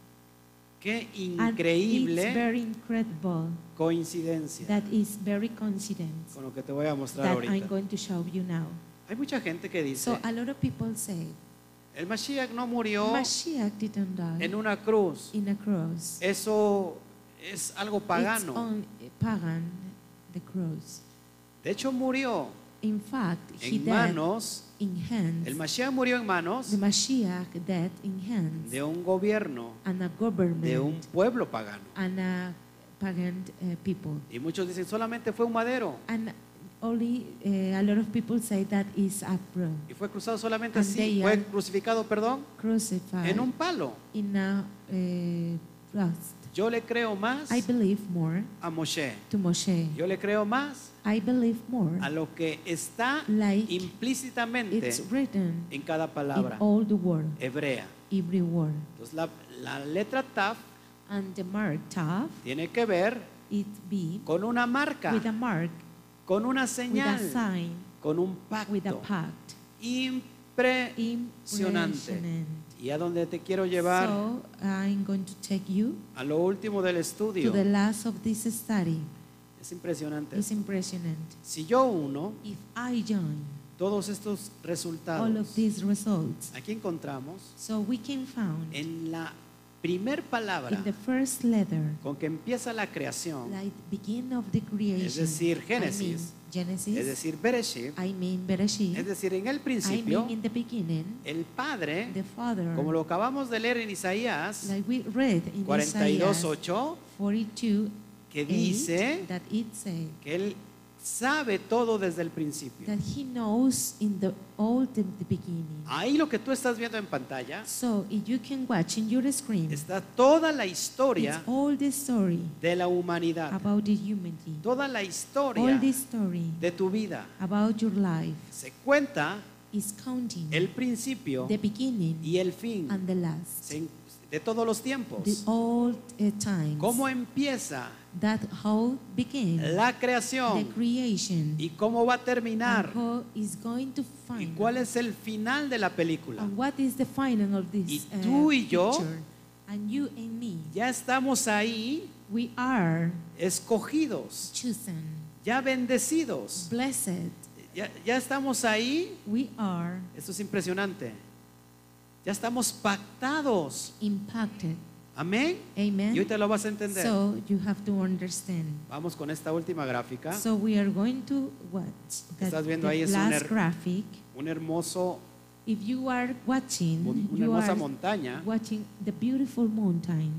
Qué
And it's
increíble ¿eh?
very incredible.
coincidencia
That is very coincidence
con lo que te voy a mostrar
that I'm
ahorita.
going to show you now.
Hay mucha gente que dice,
So a lot of people say,
el Mashiach no murió
Mashiach didn't die
en una cruz.
in a cross.
Eso es algo
It's
pagano.
on eh, pagan, the cross.
De hecho, murió
In fact, he
en
died
manos,
in hands.
el Mashiach murió en manos
the Mashiach died in hands
de un gobierno,
and a government
de un pueblo pagano.
and a pagan uh, people.
Y muchos dicen, solamente fue un madero
And only uh, a lot of people say that is a pro
y fue cruzado solamente
And
así,
they
fue
are-
crucificado, perdón,
crucified
en un palo.
in a uh, cross.
Yo le creo más
I believe more
a Moshe.
to Moshe.
Yo le creo más
I believe more.
a lo que está
Like
implícitamente
it's written
en cada
in
palabra
all the word,
hebrea.
every word.
Entonces la, la letra Taf
And the mark taf,
tiene que ver
it be
con una marca,
with a mark,
con una
with a
señal,
sign,
con un
with a
pacto
pact.
impresionante.
Impressionant.
Y a donde te quiero llevar
So I'm going to take you
a lo último del
to
estudio.
the last of this study.
Es impresionante.
It's impressionant.
Si yo uno
If I join
todos estos
all of
resultados,
these results,
aquí encontramos
so we can found
en la primer palabra
in the first letter,
con que empieza la creación,
like beginning of the creation.
es decir,
I mean,
Génesis,
Genesis.
es decir, Bereshit,
I mean Bereshit.
es decir, en el
I mean
principio,
in the beginning,
el Padre,
the Father,
como lo acabamos de leer en Isaías
like we read in Isaiah
42.8,
42,
que dice
that it said
que Él sabe todo desde el principio.
that He knows in the all the, the beginning.
Ahí lo que tú estás viendo en pantalla,
So if you can watch in your screen,
está toda la
it's
historia Ah.
all the story
de la humanidad,
about the humanity,
toda la
all
historia
the story
de tu vida.
about your life
Se cuenta
is counting
el principio
the beginning
y el fin
and the last,
se- de todos los
the
tiempos.
all uh, times.
¿Cómo empieza
that how begin
la
the
creación?
creation
¿Y cómo va a
and
terminar?
how is going to
¿Y
find
cuál es el final de la película?
and what is the final of this
Y
uh,
tú y yo-
picture. and you and me
Ya estamos ahí
we are
escogidos,
chosen
ya bendecidos,
blessed
ya, ya estamos ahí,
we are
esto es impresionante, ya estamos pactados,
impacted
amén. Y
amen
ahorita lo vas a entender.
so you have to understand
Vamos con esta última gráfica,
so we are going to watch that
Estás viendo
the
ahí es un er
last
her-
graphic
un hermoso,
if you are watching
mon- una
mm, you
hermosa
are
montaña.
watching the beautiful mountain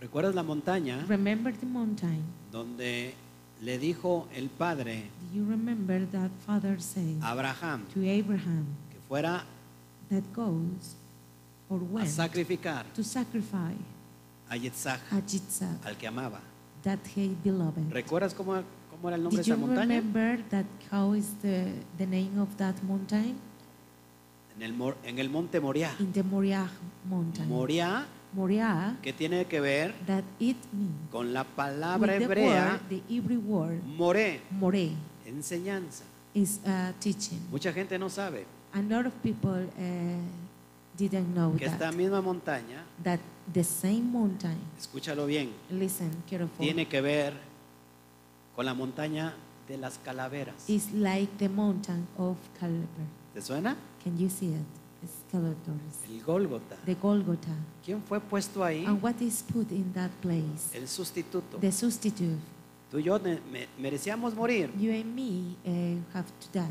¿Recuerdas la montaña
remember the mountain
donde le dijo el padre
Do you remember that father said
a Abraham
to Abraham
que fuera
that goes or
a
went
sacrificar
to sacrifice
a Yitzhak,
a Yitzhak
al que amaba?
that he beloved?
¿Recuerdas cómo, cómo era el nombre
Did
de
you
esa montaña?
remember that how is the, the name of that mountain?
En el, mor- en el monte Moriah.
In the Moriah mountain.
Moriah,
Moriah,
que tiene que ver
that it means
con la palabra
with the
hebrea
word, the Hebrew word,
moré,
Moreh,
enseñanza.
is a teaching.
Mucha gente no sabe
A lot of people uh, didn't know
que esta
that.
misma montaña,
That the same mountain,
escúchalo bien,
listen careful,
tiene que ver con la montaña de las calaveras.
It's like the mountain of Caliber.
¿Te suena?
Can you see it? It's Calibers.
El Gólgota.
The Golgotha.
¿Quién fue puesto ahí?
And what is put in that place?
El sustituto.
The substitute.
Tú y yo ne- me- merecíamos morir.
You and me uh, have to die.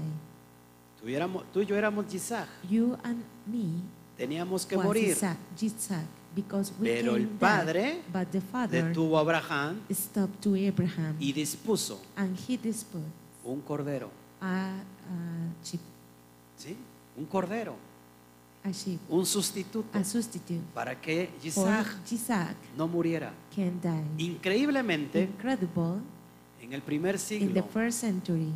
Tú y, éramos- tú y yo éramos Yisaj.
You and me
Teníamos que
was
morir.
Isaac, Yitzhak,
because we
Pero el
came back,
padre
but the father
Detuvo a Abraham
stopped to Abraham
y dispuso
and he dispute
un cordero,
a, a sheep,
¿sí? Un cordero,
a sheep,
un sustituto
a substitute
para que
for
Isaac
Isaac
no muriera.
can die.
Increíblemente,
Incredible,
en el primer
in the
siglo,
first century,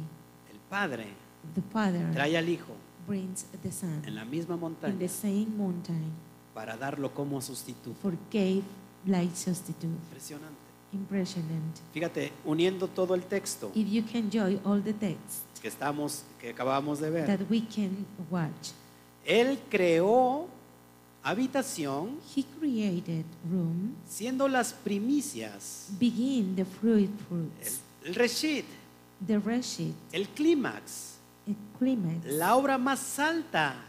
el padre
the father
trae al hijo
brings the
en
son
la misma
in the
montaña
same mountain
para darlo como sustituto.
for gave like substitute.
Impresionante.
Impressionant.
Fíjate, uniendo todo el texto
If you can join all the texts
que estamos, que acabamos de ver,
that we can watch,
él creó habitación
He created room,
siendo las primicias,
begin the fruit
el,
fruits,
el reshit,
the reshit,
el clímax,
the climax,
la obra más alta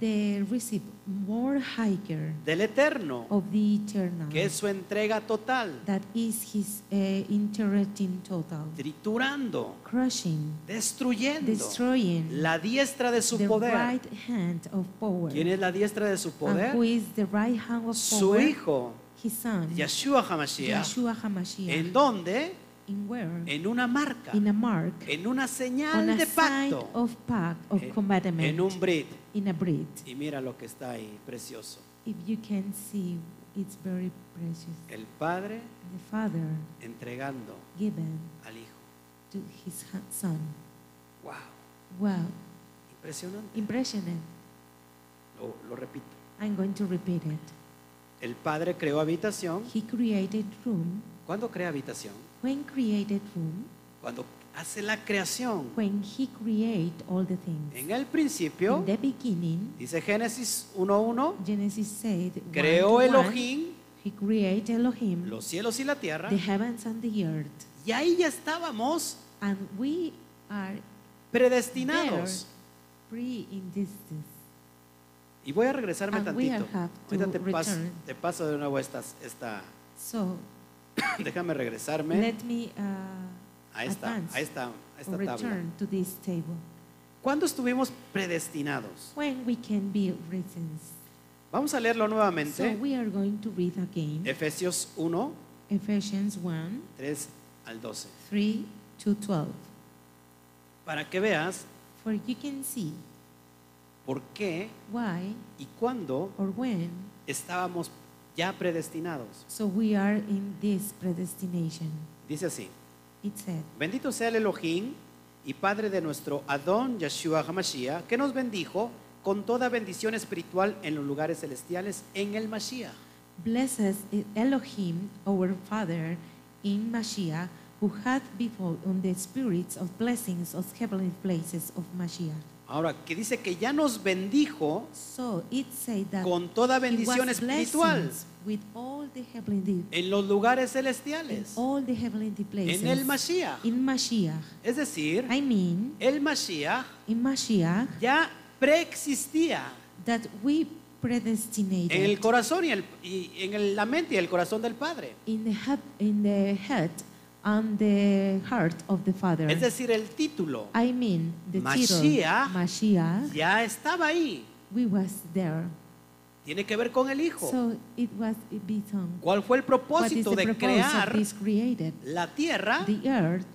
the receive more higher
del eterno,
Oh.
of the eternal.
que es su entrega total,
That is his uh, interacting total,
triturando,
crushing,
destruyendo
destroying
la diestra de su
the
poder.
right hand of power.
¿Quién es la diestra de su
And who
poder?
is the right hand of
Su
power?
hijo,
His son,
Yeshua Hamashiach.
Yeshua HaMashiach.
¿En dónde?
In where?
En una marca,
In a mark,
en una
on
señal
a
de
sign
pacto,
of pact, of
en-
commandment,
en un brit.
in a breed.
Y mira lo que está ahí, precioso.
If you can see, it's very precious.
El Padre
The Father
entregando
given
al Hijo.
to his ha- son.
¡Wow!
Wow,
Impresionante.
impressionant.
Lo, lo repito.
I'm going to repeat it.
El Padre creó habitación.
He created room.
¿Cuándo crea habitación?
When created room,
Cuando hace la creación.
when he create all the things.
En el principio,
In the beginning,
dice Génesis 1.1,
Genesis said, one
creó
to one,
Elohim
He created Elohim,
los cielos y la tierra.
the heavens and the earth,
Y ahí ya estábamos
and we are
predestinados.
free in distance.
Y voy a regresarme
And we
tantito.
have to
Ahorita te paso,
return.
te paso de nuevo estas- esta.
So
Déjame regresarme
let me uh,
a esta,
advance
a esta, a esta tabla.
return to this table.
¿Cuándo estuvimos predestinados?
When we can be written.
Vamos a leerlo
So
nuevamente.
we are going to read again
Efesios 1,
Ephesians 1
3 al 12.
3 to 12.
Para que veas
For you can see
por qué
why
y cuándo
or when
estábamos ya predestinados.
so we are in this predestination.
Dice así.
It said,
Bendito sea el Elohim y Padre de nuestro Adón Yeshua HaMashiach, que nos bendijo con toda bendición espiritual en los lugares celestiales en el Mashiach.
Blessed is Elohim, our Father, in Mashiach, who hath before on the spirits of blessings of heavenly places of Mashiach.
Ahora, que dice que ya nos bendijo
So it says that
con toda
he was
bendición espiritual
blessings with all the heavenly
en los lugares
in
celestiales,
all the heavenly places
en el Mashiach.
in Mashiach.
Es decir,
I mean,
el Mashiach
in Mashiach,
ya preexistía
that we
en el
predestinated
corazón y, el- y en el- la mente y el corazón del Padre.
in the head, in the head and the heart of the Father.
Es decir, el título
I mean, the title
Mashiach.
Mashiach
ya estaba ahí.
we was there.
Tiene que ver con el Hijo.
So it was a bit on.
¿Cuál fue el
What is the
propósito de
purpose
crear
of this created?
la tierra,
The earth,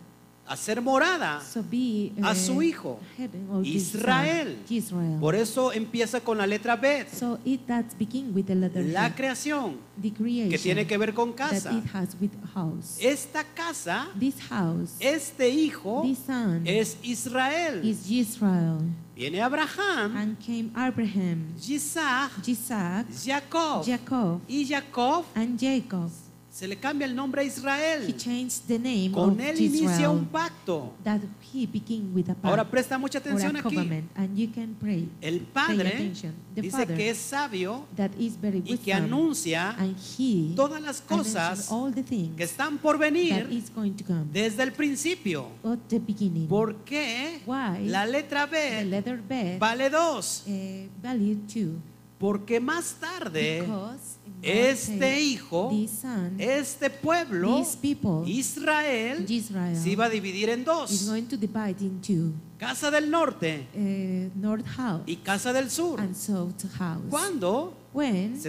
hacer morada?
so be uh,
a su hijo,
heaven or this
Israel.
son, Israel.
Por eso empieza con la letra B,
so it that begin with the letter
la
H,
creación,
the creation
que tiene que ver con
that
casa.
it has with house.
Esta casa,
this house,
este hijo,
this son
es Israel.
is Israel.
Viene Abraham,
And came Abraham,
Isaac,
Isaac,
Jacob.
Jacob,
Y Jacob
and Jacob.
se le cambia el nombre a
He
Israel.
changed the name
Con
of
él inicia
Israel.
un pacto.
that he begin with a pact
Ahora presta mucha
or
atención
a
aquí.
covenant, and you can pray.
El
Pay
padre
attention. The
dice
father
que es sabio
that is very
y que
wisdom,
anuncia
and he
todas las
announces
cosas
all the things
que están por
that
venir
is going to come
desde el principio.
at the beginning.
¿Por qué
Why
la letra
the
B
leather bed
vale 2?
eh, value two
Porque más tarde
because
Este hijo,
this son,
este pueblo,
these people,
Israel,
Israel,
se iba a dividir en
is
dos.
going to divide into
Casa del norte
uh,
eh,
north house
y casa del sur.
and south house.
¿Cuándo?
When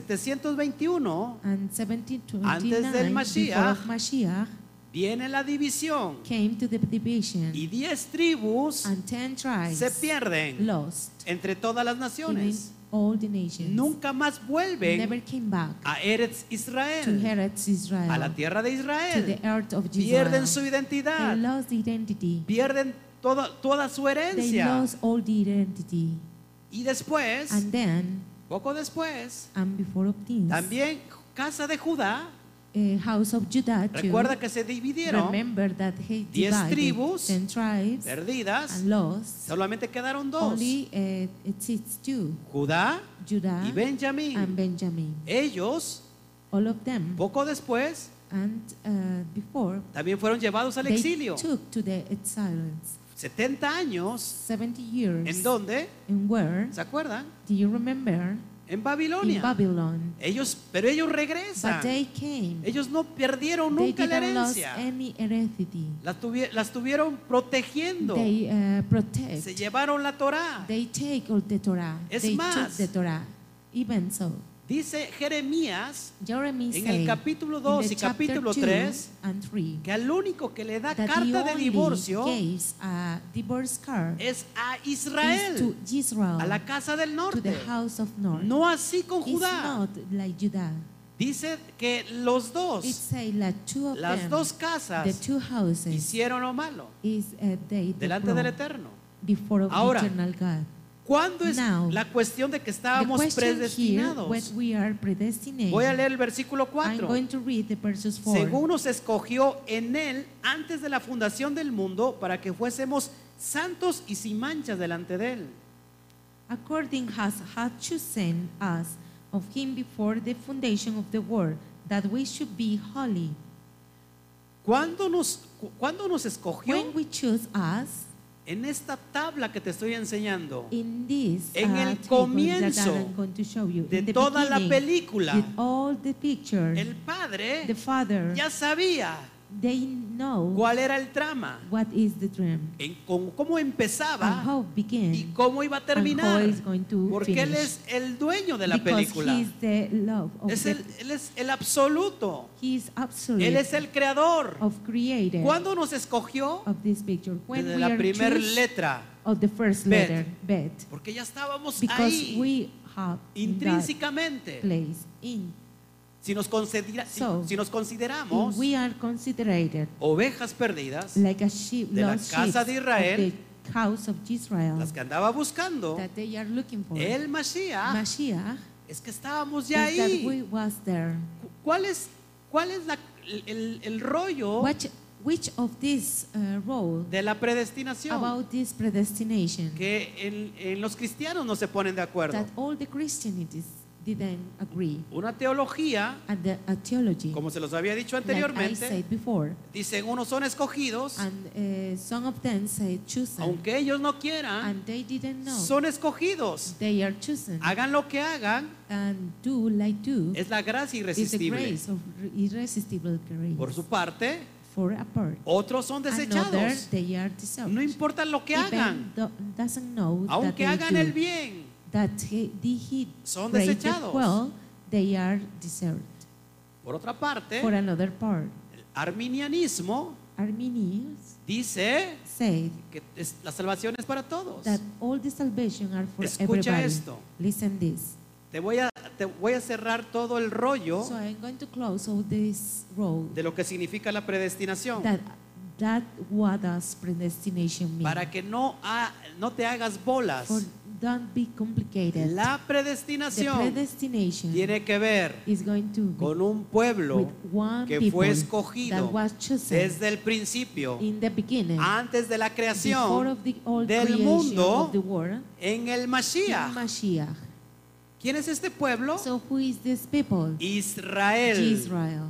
721
and 1729
Antes del
before of
Mashiach,
Mashiach
viene la división
came to the division
y 10 tribus
and ten tribes
se pierden
lost
entre todas las
even
naciones.
all the nations
Nunca más
never
vuelven
came back
a Eretz
to
Israel,
Herod's Israel
a la tierra de
to the
Israel.
earth of
Pierden
Israel
su
they
identidad,
lost the identity
pierden toda, toda su
they
herencia.
lost all the identity
Y después,
and then
poco después,
and before of things
también casa de Judá,
eh, house of Judah too,
recuerda que se dividieron,
remember that he
Diez
divided
tribus
ten tribes
perdidas,
and lost
solamente quedaron dos,
Only uh, it sits two,
Judá
Judah
y
and
Benjamín.
Benjamin.
Ellos,
All of them.
poco después,
And uh, before,
también fueron llevados al
they
exilio.
took to the silence
70 años.
70 years.
¿En dónde?
And where?
¿Se acuerdan?
Do you remember?
En
In
Babilonia.
Babylon.
Ellos, pero ellos
But
regresan.
they came.
Ellos no perdieron
they
nunca la
didn't lose
herencia.
any heredity.
Las, tuvi- las tuvieron protegiendo.
They uh, protect.
Se llevaron la Torá.
They take all the Torah.
Es
they
más.
took the Torah. Even so,
Dice Jeremías
Jeremy
en
said
el capítulo
in
2
the
y
chapter
capítulo
2
3
and 3
que al único que le da
that he
carta de
only
divorcio
gives a divorce card
es a
is to
Israel,
Israel,
a la casa del
to the
norte.
house of North.
No así con
it's
Judá.
not like Judah.
Dice que los
It
dos,
say like two of
las
them,
dos
the
casas,
two houses,
hicieron lo malo
is a day
delante del Eterno.
before of
Ahora,
eternal God.
¿Cuándo es
Now,
la cuestión de que
the
estábamos
question here, when
predestinados?
we are predestinated,
Voy a leer el versículo
I'm
4.
going to read the verses 4.
Según nos escogió en él antes de la fundación del mundo para que fuésemos santos y sin manchas delante de él.
according as hath chosen us of him before the foundation of the world, that we should be holy.
¿Cuándo nos, cu- cuándo nos escogió
When we choose us
en esta tabla que te estoy enseñando?
in this
En el
uh, table that
comienzo
I'm going to show you,
de
in the
toda la
beginning,
película.
with all the pictures,
El Padre
the Father,
ya sabía
they know
cuál era el trama,
what is the dream
en cómo, cómo
and
empezaba
how it began
y cómo iba a
and
terminar.
how it's going to
Porque
finish.
Él es el dueño de la
because
película.
he is the love of
Es
the,
el- él es el absoluto.
he is absolute
Él es el creador.
of created
¿Cuándo nos escogió?
of this picture when
Desde
we
la
are
primera
choose
letra.
of the first
Bet.
letter bet
Porque ya estábamos
because
ahí
we have in that
intrínsecamente.
place in
Si nos, considera- si-
So,
si nos consideramos
if we are considered
ovejas perdidas,
like a sheep
De la
lost
casa
sheep
de Israel,
of the house of Israel
las que andaba buscando,
that they are looking for
el Mashiach,
Mashiach
es que estábamos
is
ya
that we
ahí.
was there
Cu- ¿Cuál es, cuál es la- el, el- el rollo
What, which of these uh, role
de la predestinación?
about this predestination
Que en, en los cristianos no se ponen de acuerdo.
that all the Christianities didn't agree
Una teología,
and the, a theology
como se los había dicho
like I
anteriormente,
said before
dicen unos son escogidos,
and uh, some of them said chosen
aunque ellos no quieran,
and they didn't know
son escogidos.
they are chosen
Hagan lo que hagan,
and do like do
es la gracia
is the
irresistible.
grace of r- irresistible grace
Por su parte,
for a part
otros son
another
desechados.
they are deserved
No importa lo que
Even
hagan,
tho- doesn't know that
aunque
they
hagan
do.
el bien,
that he, the he
Son
prayed
desechados.
well, they are deserved.
Por otra parte,
For another part,
el arminianismo
Arminius
dice
said
que es- la salvación es para todos.
that all the salvation are for
Escucha
everybody.
esto.
Listen this.
Te voy a, te voy a cerrar todo el rollo
So I'm going to close all this road
de lo que significa la predestinación
that that what does predestination mean?
para que no, ha- no te hagas bolas.
For don't be complicated.
La
the
predestinación
predestination
tiene que ver
is going to be
con un pueblo
with one
que
people
fue
that
escogido
was chosen
desde el principio,
in the beginning.
antes de la
before
creación
of the all
del
creation
mundo
of the world,
en el
in
Mashiach.
Mashiach.
¿Quién es este pueblo?
So who is this people?
Israel.
Israel.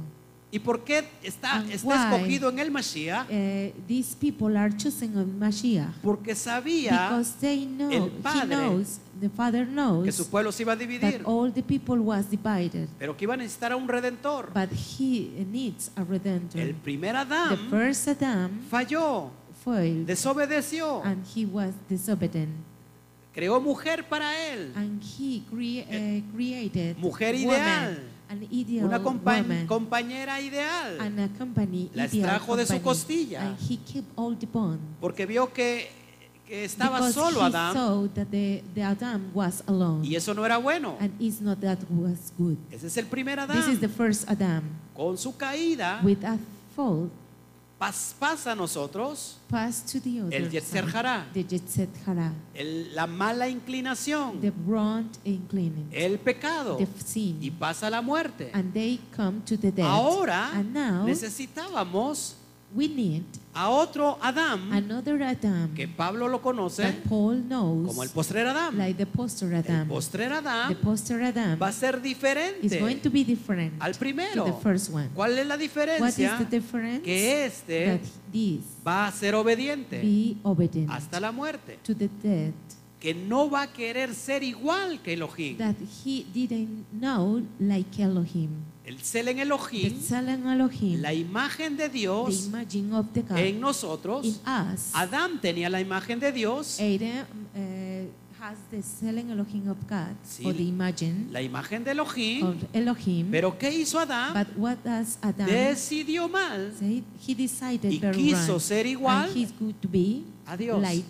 ¿Y por qué está,
And
está
why?
escogido en el Mashiach?
Uh, these people are chosen of Mashiach
Porque sabía
because they know,
el
he
padre-
knows, the father
que
knows
su pueblo se iba a
that
dividir,
all the people was divided,
pero que iba a necesitar a un redentor.
but he needs a
El
redemptor.
primer
The
Adán
first Adam
falló,
failed
desobedeció,
and he was disobedient,
creó mujer para él,
and he crea- uh, created
Mujer ideal.
woman, an ideal
una compa-
woman,
compañera ideal,
and a company
La
ideal
extrajo de su
company,
costilla.
and he kept all the bond.
porque vio que, que estaba
Because
solo
he
Adán
saw that the, the Adam was alone.
y eso no era bueno.
And it's not that was good.
Ese es el primer
This is the
Adán.
first Adam.
Con su caída
With a fault,
pas- pasa a nosotros
pass to the other.
El Yetzer
side,
Hara.
The Yetzer Hara.
el- la mala inclinación,
The wrong inclining.
el pecado
The
y
sin.
pasa la muerte.
And they come to the death.
Ahora
and now
necesitábamos
we need
a otro Adán
another Adam
Mm. que Pablo lo conoce
that Paul knows
como el postrer Adán.
like the poster
El
Adam.
postrer
the
Adán
poster Adam
va a ser
is going
diferente
to be different
al
to the
primero.
first one.
¿Cuál es la
What is the
diferencia?
difference?
Que
that
este
this
va a ser obediente
be obedient
hasta la muerte,
to the death
que no va a querer ser igual que Elohim.
that he didn't know like Elohim.
El ser en
The
Elohim,
Tzalan Elohim,
la imagen de
the
Dios
imaging of the God
en
in
nosotros.
us. Eh.
Adán tenía la imagen de Dios,
Adam uh, has the Tzalan Elohim of God
Sí.
or the imaging
la imagen de Elohim,
of Elohim.
Pero ¿qué hizo Adán?
but what does Adam
Decidió mal
say? He decided
y
very
quiso
wrong,
ser igual
and he's good to be
a Dios,
like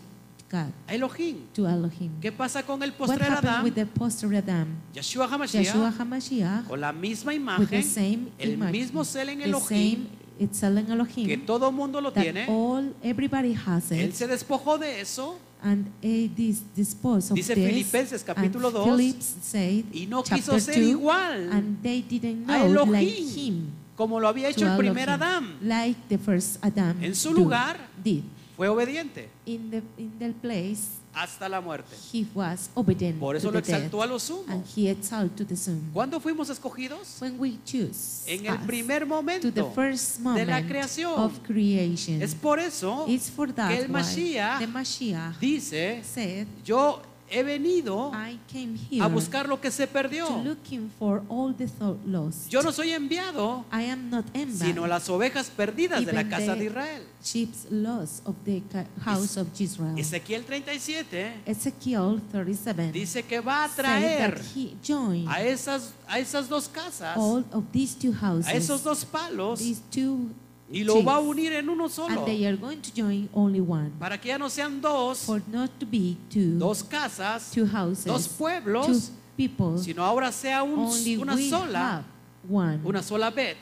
God
a Elohim.
to Elohim.
¿Qué pasa con el
what
postrer
happened with
Adán?
the poster Adam?
Yeshua
Yeshua
HaMashiach,
HaMashiach
con la misma
with the
imagen,
same
el
image,
mismo cel en
the same
Elohim,
Itzel and Elohim
que todo mundo lo
that
tiene.
all everybody has
Él
it
se despojó de eso
and it is disposed of
Dice
this
Filipenses capítulo
and
dos,
Philipps said
y no
chapter
quiso ser
2
igual
and they didn't
a
know like him
Elohim, como lo había
to
hecho el primer
Elohim,
Adán.
like the first Adam
En su
do-
lugar,
did
Fue obediente
in the in the place
hasta la muerte.
he was obedient
Por
to
eso lo
the death,
exaltó a lo
and
sumo.
he exalted to the sun
¿Cuándo fuimos escogidos?
when we choose
En el
us
primer
to the
momento.
first
la
moment
creación.
of creation
Es por eso
It's for that
que el
why
Mashiach
the Mashiach
dice,
said,
yo he venido
I came here
a buscar lo que se perdió.
to looking for all the thou- lost.
Yo no soy enviado,
I am not envied,
sino las ovejas perdidas de la
Even
casa
the-
de Israel.
sheep's lost of the ca- house of Israel.
Ezequiel 37
Ezekiel 37
dice que va a
said that
traer
he joined
a esas, a esas dos casas,
all of these two houses,
a esos dos palos,
these two
y lo va a
trees,
unir en uno solo,
and they are going to join only one,
para que ya no sean dos,
for not to be two,
dos casas,
two houses,
dos
two
pueblos,
people,
sino ahora sea un-
only
una
we have
sola,
one,
una sola bet,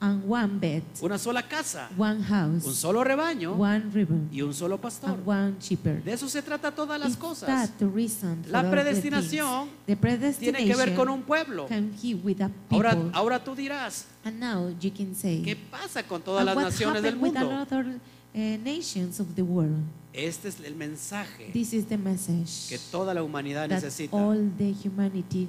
and one bed,
una sola casa,
one house,
un solo rebaño
one ribbon,
y un solo pastor.
and one shepherd.
De eso se trata todas las
Is
cosas.
that the reason for
La
all the things?
predestinación
the
Tiene que ver con un
predestination
pueblo.
can be with a people.
Ahora, ahora tú dirás,
and now you can say,
¿qué pasa con todas
"And
las
what
naciones
happened
del
with
mundo?
other uh, nations of the world?
Este es el mensaje
This is the message
que toda la humanidad
that
necesita.
all the humanity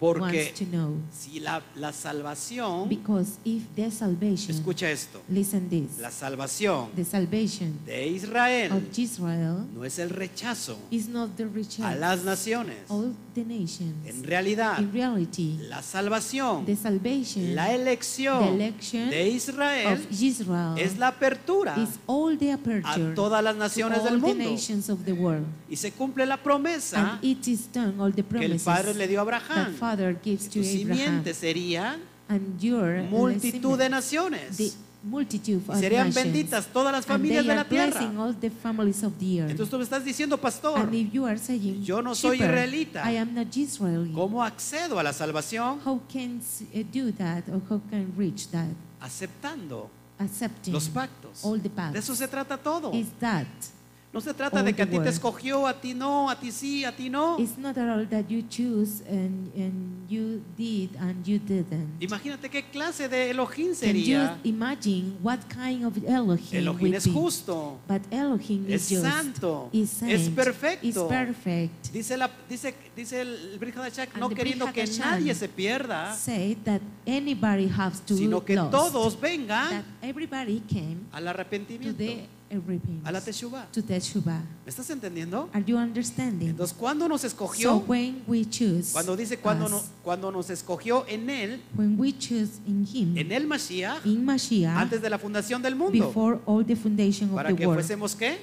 Porque
wants to know.
si la, la salvación,
Because if the salvation,
escucha esto,
listen this,
la salvación
the salvation
de Israel
of Israel
no es el rechazo
is not the riches
a las naciones.
all the nations.
En realidad,
In reality,
la salvación,
the salvation
la
the
elección
election
de Israel
of Israel
es la apertura
is all the aperture
a todas las
to
naciones
all
del
the
mundo.
nations of the world.
Y se cumple la promesa
and it is done all the
que el
promises
Padre le dio a Abraham.
that Father
Que
gives to
Pues Tu
Abraham.
simiente sería
And your
multitud de
descendants, the
naciones.
multitude
Y
of
serían
nations.
benditas todas las
and they
familias de
are
la
blessing
tierra.
all the families of the earth.
Entonces tú me estás diciendo, pastor,
and if you are saying,
yo no soy
"Shepherd,
israelita."
I am not Israeli.
¿cómo accedo a la salvación?
How can s- eh, do that or how can reach that?
Aceptando
Accepting
los pactos.
all the pacts.
De eso se trata todo.
is that
No se trata
All
de que a
the
ti te
world.
escogió, a ti no, a ti sí, a ti no.
It's not at all that you choose and, and you did and you didn't.
Imagínate qué clase de Elohim
Can you
sería.
imagine what kind of Elohim
Elohim
would
es
be?
justo,
But Elohim
es
is just.
santo,
is
es
saint, Is
perfecto.
perfect.
Dice, la, dice, dice el Brij Hadashak,
And
no
the
queriendo
Brij
que
Hadashah
nadie se pierda,
Say that anybody has to
sino que
lost.
todos
That
vengan
everybody came
al
to the
arrepentimiento, a la
repentance.
Teshuvah.
To the Shuvah.
¿Me estás entendiendo?
Are you understanding?
Entonces, cuando nos
so
escogió,
when we choose,
cuando dice cuando,
us,
no- cuando nos escogió en Él,
when we choose in Him,
en el Mashiach,
in Mashiach,
antes de la fundación del mundo,
before all the foundation of
para
the
que
world,
fuésemos qué?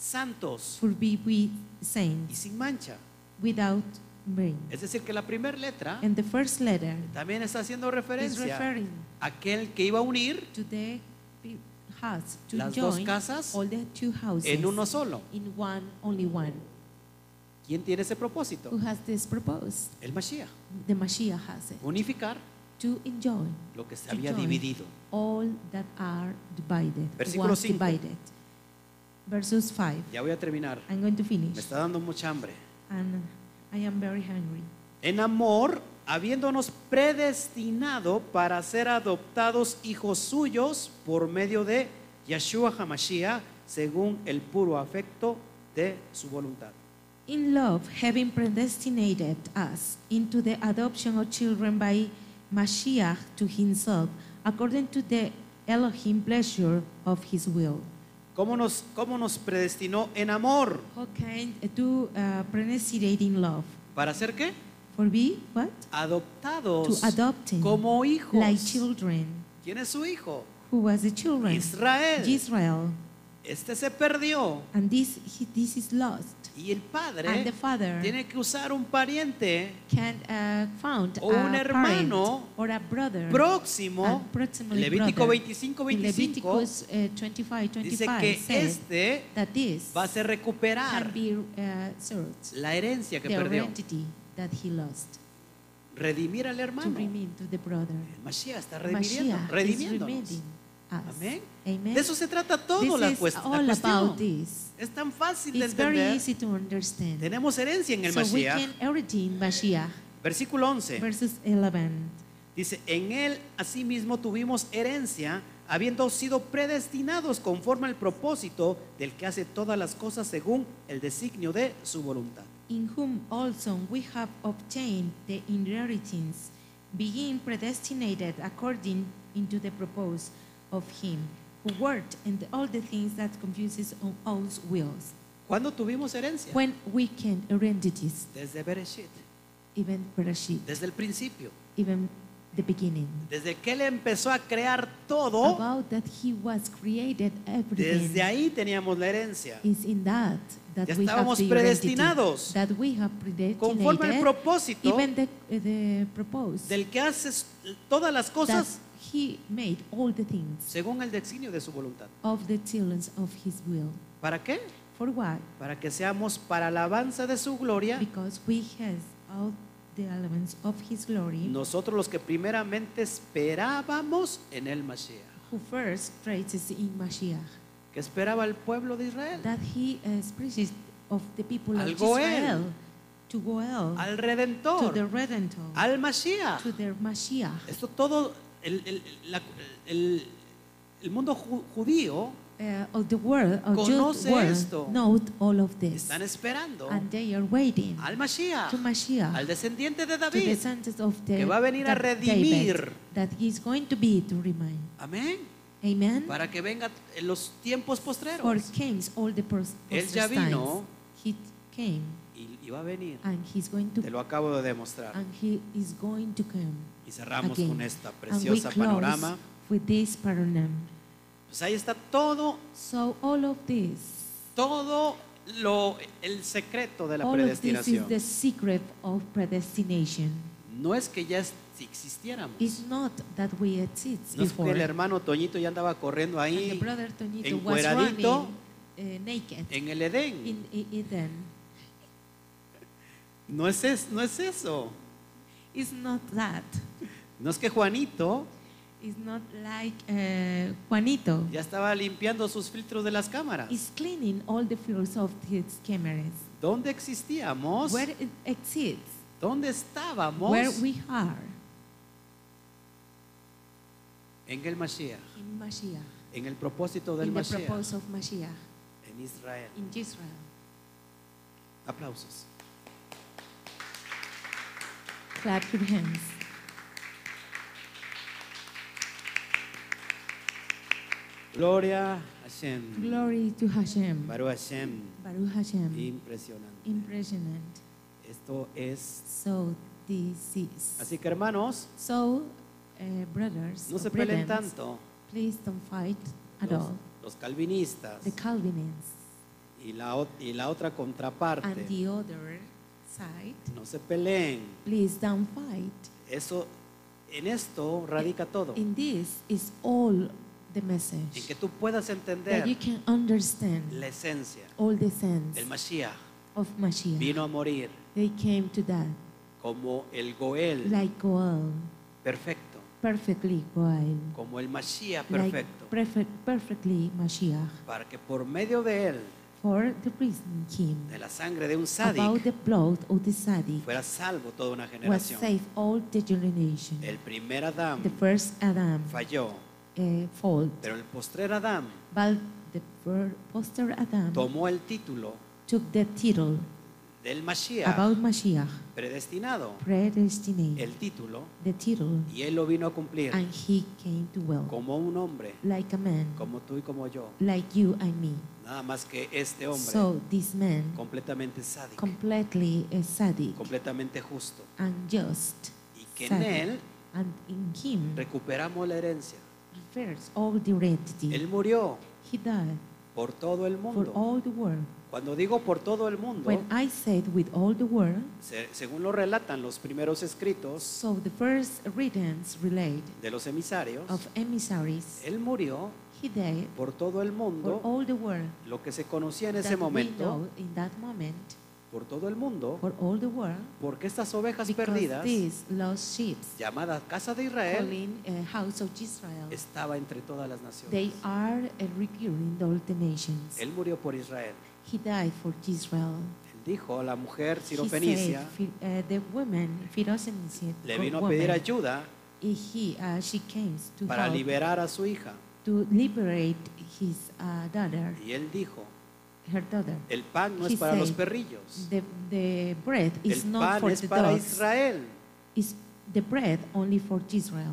Santos
for be we
y
saints
sin mancha.
without blame.
Es decir, que la primera letra
And the first letter
también está haciendo
is
referencia
referring
a aquel que iba a unir
to the pe- house to
las dos
join
casas
all the two houses
en uno solo.
in one, only one.
¿Quién tiene ese
Who
propósito?
has this proposed?
El Mashiach.
The Mashiach has it
Unificar
to enjoy
lo que se
To
había
join.
dividido.
all that are divided.
Versículo
was
cinco.
divided. Verses 5.
Ya voy a terminar.
I'm going to finish.
Me está dando mucha hambre.
And I am very hungry.
En amor, habiéndonos predestinado para ser adoptados hijos suyos por medio de Yeshua Hamashiach, según el puro afecto de su voluntad.
In love, having predestinated us into the adoption of children by Mashiach to himself, according to the Elohim pleasure of his will.
¿Cómo nos, cómo nos predestinó en amor?
How can do uh, predestinate in love?
¿Para ser qué?
For be what?
Adoptados
To adopting
como hijos.
like children.
¿Quién es su hijo?
Who was the children?
Israel.
Israel.
Este se perdió
And this he, this is lost.
y el
And
padre
the father
tiene que usar un pariente
can uh, found
O
a
un hermano
parent or a brother.
próximo.
and proximally
Levítico
brother.
25,
In
25
Leviticus uh, 25,
dice
25
que
said
este
that this
va a ser
can
recuperar
be uh, served,
la herencia que
the
perdió,
identity that he lost,
redimir al
to
hermano. El
remain to the brother.
Mashiach está redimiendo,
Mashiach is
redimiéndonos.
remaining us.
Amén.
Amen.
De eso se trata todo
this
la,
is
cuest- la
all about
cuestión.
this.
Es tan fácil de
It's very
entender.
easy to understand.
Tenemos herencia en el
so we
Mashiach.
can everything in Mashiach.
Versículo 11.
Verses 11.
Dice, en él asimismo tuvimos herencia, habiendo sido predestinados conforme al propósito del que hace todas las cosas según el designio de su voluntad.
in whom also we have obtained the inheritance, being predestinated according into the purpose of him who worked in the- all the things that confuses on all wills.
¿Cuándo tuvimos herencia?
When we can identities,
Desde Bereshit,
even Bereshit,
desde el principio,
even the beginning,
desde que él empezó a crear todo,
About that he was created everything.
Oh. desde ahí teníamos la herencia.
Is in that that we
Ya
have
estábamos
the identity,
predestinados.
that we have
Conforme
predestinated
al propósito
even the, the purpose
del que hace todas las
that
cosas
he made all the things.
según el designio de su voluntad.
of the children of his will.
¿Para qué?
For why?
Para que seamos para alabanza de su gloria
Because we have all the elements of his glory,
Nosotros los que primeramente esperábamos en el Mashiach.
who first traces in Mashiach,
que esperaba el pueblo de Israel?
that he expresses of the people
Al
of
Goel.
Israel to Goel, to
Al
the
Redentor,
Redentor,
al Mashiach.
to the Mashiach.
Esto todo, el, el- la- el- el mundo ju- judío
Uh, of the world, of
Conoce
just world,
esto.
note all of this,
están esperando
and they are waiting
al Mashiach,
to Mashiach,
al descendiente de
to the
David.
sentence of the
que va a venir a
that
redimir.
David, that he is going to be to remind.
Amén.
Amen.
Para que vengan los tiempos
For
postreros.
kings, all the pros-
Él ya
proselytes.
vino.
He came,
Y, y va a venir.
and he's going
Te
to,
lo acabo de demostrar.
and he is going to come.
Y cerramos
again.
con esta
And we
preciosa
close
panorama.
with this panorama.
Pues ahí está todo
So all of this,
todo lo el secreto de la
all of this is
predestinación
the secret of predestination.
no es que ya es- si existiéramos
It's not that we exist
no es que
before.
el hermano Toñito ya andaba corriendo
and the
ahí
brother Tonito was running
encueradito,
eh, naked
en el Edén
in E- Eden.
no es, es- no es eso
It's not that.
no es que Juanito
It's not like uh, Juanito.
Ya estaba limpiando sus filtros de las cámaras.
is cleaning all the fields of his cameras.
¿Dónde existíamos?
Where it exists,
¿Dónde estábamos?
where we are
En el Mashiach,
in Mashiach,
en el propósito del
in the
Mashiach,
purpose of Mashiach,
en Israel.
in Israel.
Aplausos.
clap your hands.
Gloria a Hashem.
Glory to Hashem.
Baruch Hashem.
Baruch Hashem.
Impresionante.
Impressionant.
Esto es.
So this is.
Así que hermanos,
So, uh, brothers,
no
or
se peleen
brethren,
tanto.
please don't fight at
Los,
all.
los calvinistas
The Calvinists
y la, ot- y la otra
and
contraparte.
the other side,
No se peleen.
please don't fight.
Eso, en esto radica todo.
In this is all the
En
message
que tú puedas
that you
entender
can understand
la esencia.
all the sense
El Mashiach
of Mashiach.
vino a morir
They came to that
como el Goel
like Goel,
perfecto,
perfectly Goel,
como el Mashiach
like
perfecto,
perfect, perfectly Mashiach,
para que por medio de él,
for the reason him
de la sangre de un
about
sádico,
the blood of the Sadiq
fuera salvo toda una
was
generación.
saved all the generation.
El primer Adán
The first Adam
falló,
uh, fault,
pero el postrer Adán
but the fir- poster Adam
tomó el título
took the title
del Mashiach
about Mashiach,
predestinado,
predestinate
el título,
the title
y él lo vino a cumplir
and he came to well
como un hombre,
like a man
como tú y como yo,
like you and me
nada más que este hombre
so this man
completamente sádico,
completely a sadic
completamente justo,
and just
y que en
Sádico.
él
and in him
recuperamos la herencia.
refers all the identity
Él murió
he died
por todo el
for
mundo.
all the world
Cuando digo por todo el mundo,
when I said with all the world
se- según lo relatan los primeros escritos
so the first readings relate
de los emisarios,
of emissaries
él murió
he died
por todo el
for
mundo,
all the world
lo que se conocía en ese
that we
momento,
know in that moment
por todo el mundo,
for all the world
porque estas ovejas
because
perdidas, Eh.
these lost sheep
llamada Casa de Israel,
calling a house of Israel
estaba entre todas las
They
naciones.
are a recurring all the nations.
Él murió por Israel.
He died for Israel.
Él dijo a la mujer
He
sirofenicia,
said, fi- uh, the woman, Philosophy,
le vino a pedir ayuda
He, uh, she came to
para
help
liberar a su hija.
to liberate his uh, daughter,
Y él dijo,
her daughter.
El pan no
He
es para los
said,
perrillos.
The, the bread is
el
not
pan
for
es
the
para
dogs.
Israel.
It's the bread only for Israel.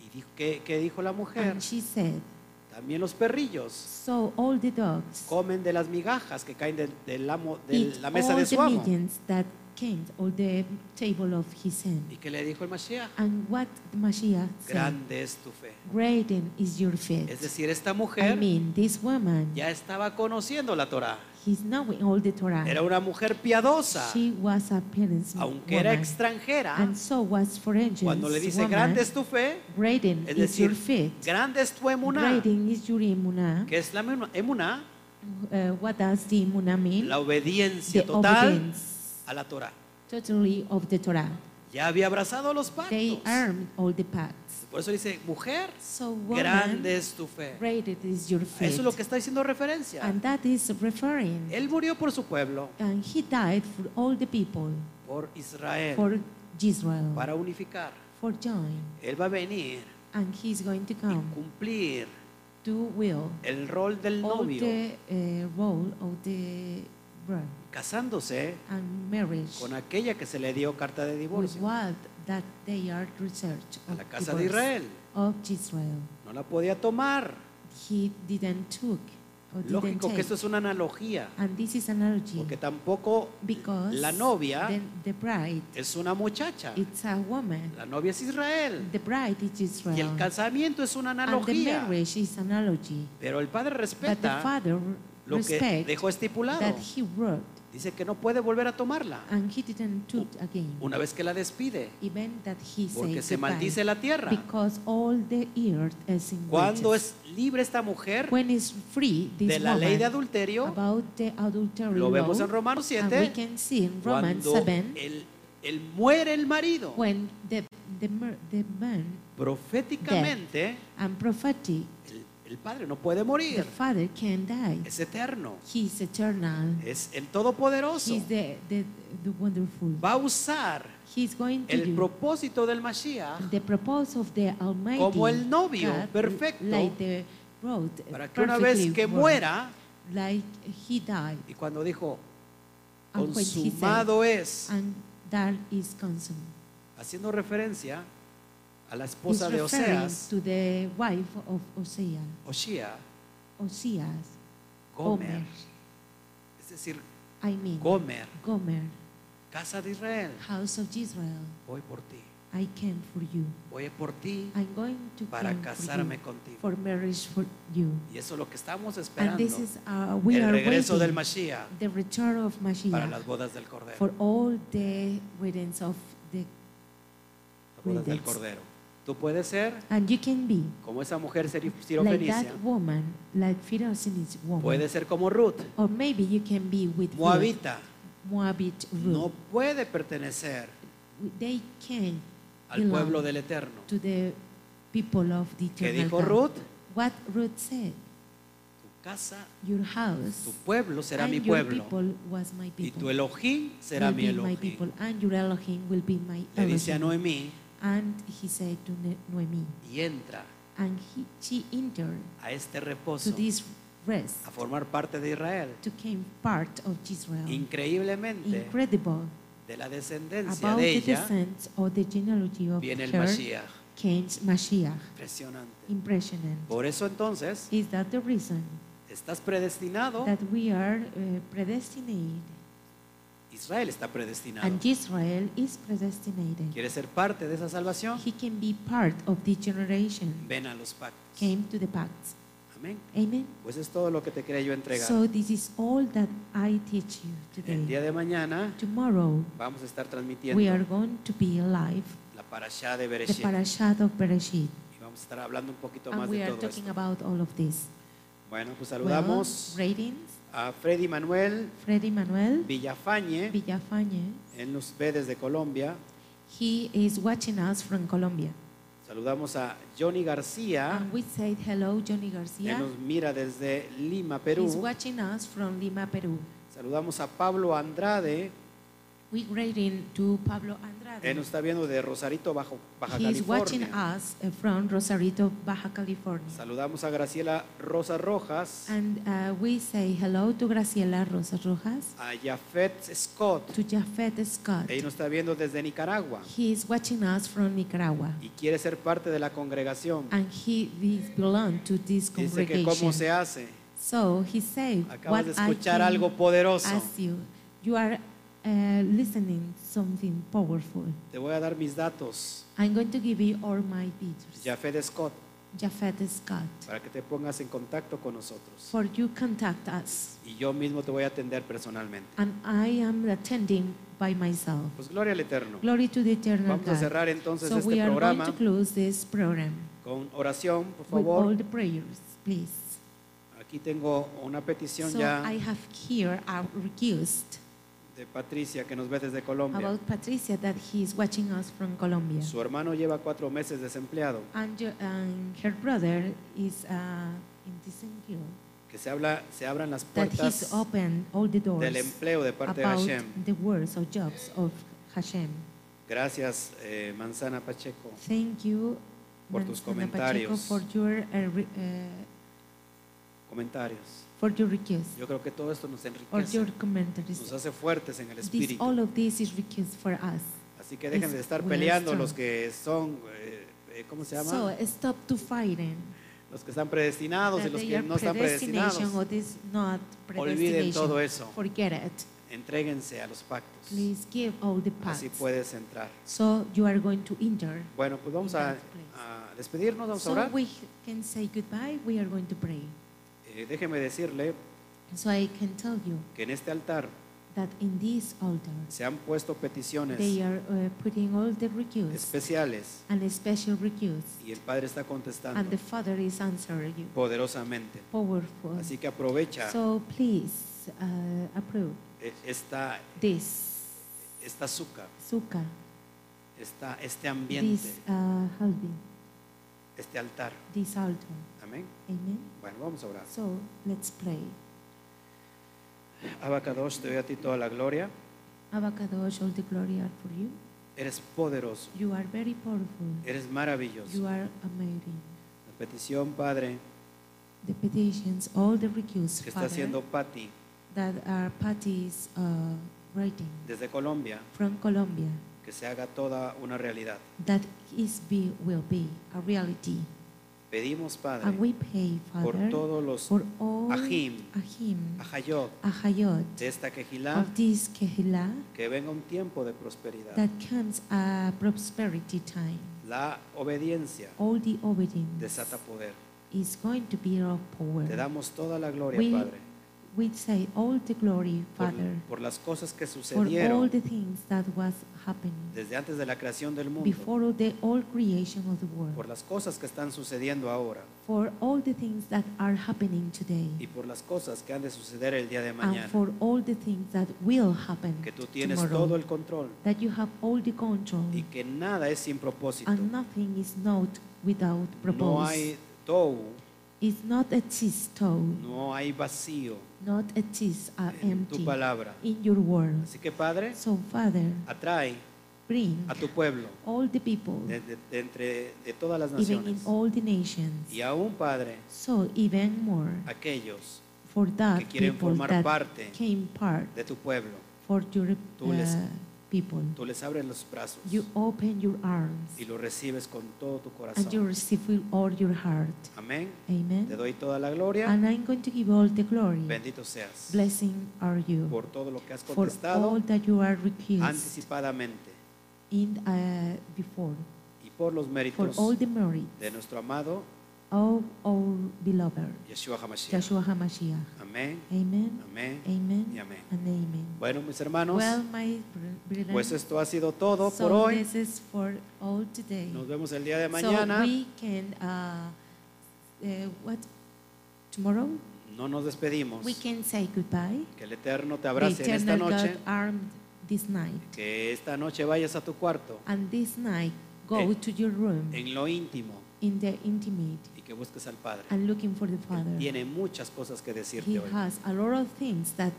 ¿Y dijo, ¿qué, qué dijo la mujer?
And she said,
También los perrillos
so all the dogs
comen de las migajas que caen del, del amo- de
eat
la mesa
all
de
the
su amo.
millions that came on the table of his hand.
¿Y qué le dijo el Mashiach?
And what the Mashiach said,
Grande es tu fe.
great is your
Es
faith.
decir, esta
I
mujer
mean, this woman,
ya estaba conociendo la Torah.
he's knowing all the
Era
Torah.
una mujer piadosa,
She was a parent's
aunque era
woman,
extranjera.
and so was foreign
Cuando le dice, grande es tu fe,
Great
es
is your
decir,
faith.
grande es tu emuná.
Great is your imuna.
que es la emuná?
Uh, what does the imuna mean?
La obediencia
the
total
obedience,
a la Torah.
totally of the Torah.
Ya había abrazado los
They
pactos.
armed all the pacts.
Por eso dice, mujer,
So woman,
grande es tu fe.
great is your
A Eso
faith.
es lo que está diciendo referencia.
And that is referring
Él murió por su pueblo,
And he died for all the people,
por Israel,
for Israel,
para unificar.
for John.
Él va a venir
And he's going to
y
come
cumplir
to will
el rol del
all
novio,
the uh, role of the bride
casándose
and marriage
con aquella que se le dio carta de
with
divorcio
what that they are research
a
of,
la casa de
divorce
Israel.
of Israel.
No la podía tomar.
He didn't took or didn't
Lógico
take.
que esto es una analogía,
and this is analogy
porque tampoco
because
la novia
the, the bride
es una muchacha.
it's a woman.
La novia es Israel.
The bride is Israel.
Y el casamiento es una
and the
analogía.
marriage is analogy.
Pero el padre
But the
respeta
father
lo que
respect
dejó estipulado.
that he wrote
Dice que no puede volver a tomarla
and he didn't took again.
una vez que la despide,
Even that he
porque
said
se maldice la tierra.
because all the earth is in
Cuando
wages.
es libre esta mujer
when is free this
de la ley de
woman
adulterio,
about the adultery
lo vemos
law,
en Romanos eh,
and we
7,
can see in Romans
cuando
7
el, el muere el marido,
when the the, mer- the man
Proféticamente,
and prophetic.
el, el Padre no puede
The
morir.
Father can die.
Es eterno.
He is eternal.
Es el Todopoderoso.
He's the, the, the wonderful.
Va a usar
He's going to
el
do
propósito del Mashiach
the purpose of the Almighty
Como el novio
God,
perfecto,
like the road,
para que una vez
perfectly
que
born,
muera,
like he died,
y cuando dijo,
and when he said,
consumado es,
and that is consumed.
haciendo referencia a la
He's
esposa de
referring
Oseas,
to the wife of Osea,
Oshia,
Oseas,
Gomer,
Gomer,
es decir,
I mean,
Gomer,
Gomer,
casa de Israel,
house of Israel,
voy por ti,
I came for you.
voy por ti
I'm going to
para
come
casarme
for you,
contigo.
for marriage for you.
Y eso es lo que estamos
And
esperando,
this is uh, we
el
are
regreso del
waiting
Mashiach
the return of
para
Mashiach
las bodas del Cordero,
for all the weddings of the
las bodas del
weddings.
Cordero. Tú puedes ser
and you can be
como esa mujer siri-
like
sirofenicia,
that woman, like Philistines woman,
puede ser como Ruth,
or maybe you can be with Ruth,
Moabita,
Moabit
no
Ruth.
puede pertenecer
They can
al
belong
pueblo del Eterno.
to the people of the
¿Qué
eternal
dijo
God.
Ruth?
What Ruth said,
Tu casa,
your house
tu pueblo será
and
mi
your
pueblo
people was my
y
people.
tu Elohim será
will
mi
be my
Elohim.
people and your Elohim will be my
Le dice a
Elohim.
Noemí
And he said to Ne- Noemi,
y entra
and he, she entered
a este
to
reposo
this rest
a formar parte de Israel.
to came part of Israel.
Increíblemente,
Incredible
de la descendencia
about
de
the
ella
descent or the genealogy of
viene el
her
Mashiach.
came Mashiach.
Impresionante.
Impressionant.
Por eso entonces,
Is that the reason
estás predestinado,
that we are uh, predestinated
Israel está predestinado.
and Israel is predestinated?
¿Quieres ser parte de esa salvación?
He can be part of the generation
Ven a los pactos.
came to the pact.
Amén.
Amen.
Pues es todo lo que te quería yo entregar.
So this is all that I teach you
El
today.
día de mañana
Tomorrow
vamos a estar
we are
transmitiendo
going to be alive
la parashá de
the
Bereshit
parashat of Bereshit.
y vamos a estar hablando un poquito
And
más
we
de
are
todo
talking
esto.
about all of this.
Bueno, pues
Well,
saludamos
ratings,
a Freddy Manuel
Freddy Manuel
Villafañe,
Villafañe.
él nos ve desde Colombia.
He is watching us from Colombia.
Saludamos a Johnny García,
And we said hello, Johnny
él
Garcia.
nos mira desde Lima,
He's
Perú.
watching us from Lima, Peru.
Saludamos a Pablo Andrade,
We rating to Pablo
él nos
Andrade.
está viendo de Rosarito, Bajo, Baja
He's watching
California.
us uh, from Rosarito, Baja California.
Saludamos a Graciela Rosa Rojas,
And uh, we say hello to Graciela Rosa Rojas,
a Jafet Scott,
to Jafet Scott.
él nos está viendo desde Nicaragua.
He is watching us from Nicaragua.
y quiere ser parte de la congregación.
And he is belong to this
Dice que cómo
congregation.
se hace.
So he said,
Acabas
what
de
I
escuchar algo
can
poderoso.
ask you, you are uh, listening something powerful.
Te voy a dar mis datos,
I'm going to give you all my details.
Jafet Scott,
Jafet Scott,
para que te pongas en contacto con nosotros.
for you contact us,
Y yo mismo te voy a atender personalmente.
and I am attending by myself.
Pues gloria al Eterno.
Glory to the eternal
Vamos a
God.
cerrar entonces
So we
este
are going to
programa
close this program
con oración, por
with all
favor.
the prayers, please.
Aquí tengo una petición
So
ya
I have here a request
de Patricia que nos ve desde Colombia.
about Patricia that he is watching us from Colombia.
Su hermano lleva cuatro meses desempleado,
And, your- and her brother is uh, in this angel
que se habla, se abran las
that
puertas
he's opened all the doors
del empleo de parte de
about
Hashem.
the words or jobs of Hashem.
Gracias, eh, Manzana Pacheco.
Thank you,
Por tus
Manzana Pacheco,
comentarios.
for your uh, re- uh,
Comentarios.
for your request
Yo creo que todo esto nos
or your
enriquece, nos
commentaries.
hace fuertes en el
This,
espíritu.
all of this is request for us.
Así que dejen de
is-
estar
we are
peleando
strong.
los que son, eh, eh, ¿cómo se
So
llama?
stop to fighting.
Los que están predestinados y
that
los
they
que
are
no están
predestination or
predestinados.
this not
Olviden todo
predestination.
eso.
Forget it.
Entréguense a los pactos.
Please give all the parts.
Así puedes entrar.
So you are going to enter.
Bueno, pues vamos a,
Yes, please.
a despedirnos, vamos a
So
orar.
we can say goodbye. We are going to pray.
Eh, déjeme decirle
So I can tell you
que en este altar
that in this altar,
se han puesto
they
peticiones
are uh, putting all the requests
especiales
and a special requests,
y el Padre está
and
contestando
the Father is answering you.
poderosamente.
Powerful.
Así que aprovecha
So please uh, approve
eh, esta,
this
esta azúcar,
suka,
esta, este
this
ambiente
uh, halving,
este altar.
this altar.
Amén.
Amen.
Bueno, vamos a orar.
So let's pray.
Abacadosh, te doy a ti toda la gloria.
Abacadosh, all the glory are for you.
Eres poderoso,
You are very powerful.
eres maravilloso.
You are amazing.
La petición, Padre,
The petitions, all the requests,
que está
Father,
haciendo Patti
that are Patty's uh, writing
desde Colombia,
from Colombia,
que se haga toda una realidad.
that is be will be a reality.
Pedimos, Padre,
And we pray,
por
Father,
todos los
for all
Ahim,
Ahim,
Ajayot
Ahayot
de esta Quejilá,
of this Kehila
que venga un tiempo de prosperidad.
that comes a prosperity time.
La obediencia
All the obedience
desata poder.
is going to be of
Te
power.
damos toda la gloria,
We-
Padre,
We say all the glory,
por,
Father,
por las cosas que
for all
sucedieron
the things that was happening.
desde antes de la creación del mundo,
before all the all creation of the
por
world,
las cosas que están sucediendo ahora
for all the things that are happening
y
today,
por las cosas que han de suceder el día de mañana.
and for all the things that will happen
que tú tienes todo
tomorrow,
el control
that you have all the control,
y que nada es sin propósito.
and nothing is not without
No
purpose.
hay tou,
It's not exist though,
no hay vacío
not exist are
en tu
empty
palabra.
in your world.
Así que Padre,
So Father,
atrae
bring
a tu pueblo
all the people,
de, de- de entre de todas las
even in
naciones
all the nations,
y aún Padre,
so even more
aquellos
for
que
that
quieren
people
formar
that
parte
came part
de tu pueblo.
for your
Tú les-
uh, people.
Tú les abres los brazos
You open your arms
y los recibes con todo tu
and you
corazón.
receive with all your heart.
Amén. Te
Amen.
doy toda la gloria.
And I'm going to give all the glory.
Bendito seas
Blessing are you
por todo lo que has
for all
contestado
that you are requested
anticipadamente
in uh, before,
y por los
for
méritos
all the merit
de nuestro amado
of our beloved
Yeshua HaMashiach.
Joshua HaMashiach.
Amén,
Amen.
amén y
Amen.
amén.
And amen.
Bueno, mis hermanos,
Well,
My br-
pues
brilliant.
esto ha sido todo por
So
hoy.
this is for all today.
Nos vemos el día de
So
mañana.
we can, uh, uh, what, tomorrow?
No nos despedimos.
We can say goodbye.
Que el Eterno te
The
abrace en esta
eternal
noche.
God armed this night.
Que esta noche vayas a tu cuarto
And this night, go
Eh,
to your room
en lo íntimo
in the intimate
y que busques al Padre.
and looking for the
que
Father.
Tiene muchas cosas que
He
decirte hoy.
has a lot of things that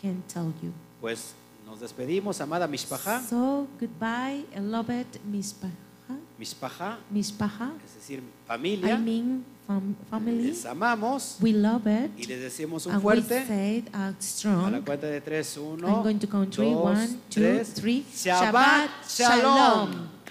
can tell you.
Pues nos despedimos, amada Mishpaha.
So goodbye, beloved Mishpaha,
Mishpaha,
Mishpaha.
es decir,
I
familia.
mean fam- family.
Les amamos
We love it.
y les decimos un
And we
fuerte.
said out
A la
strong.
cuenta de tres, uno,
I'm going to count three.
dos,
One, two,
tres.
three.
Shabbat shalom.